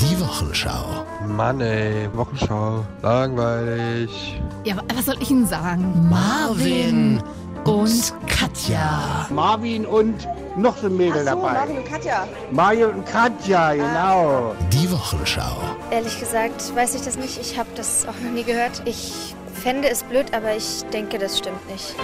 Die Wochenschau.
Mann, ey, Wochenschau. Langweilig.
Ja, aber was soll ich Ihnen sagen? Marvin und Katja.
Marvin und noch so ein Mädel dabei.
und Katja.
Mario und
Ah.
Katja, genau.
Die Wochenschau.
Ehrlich gesagt weiß ich das nicht. Ich habe das auch noch nie gehört. Ich fände es blöd, aber ich denke, das stimmt nicht.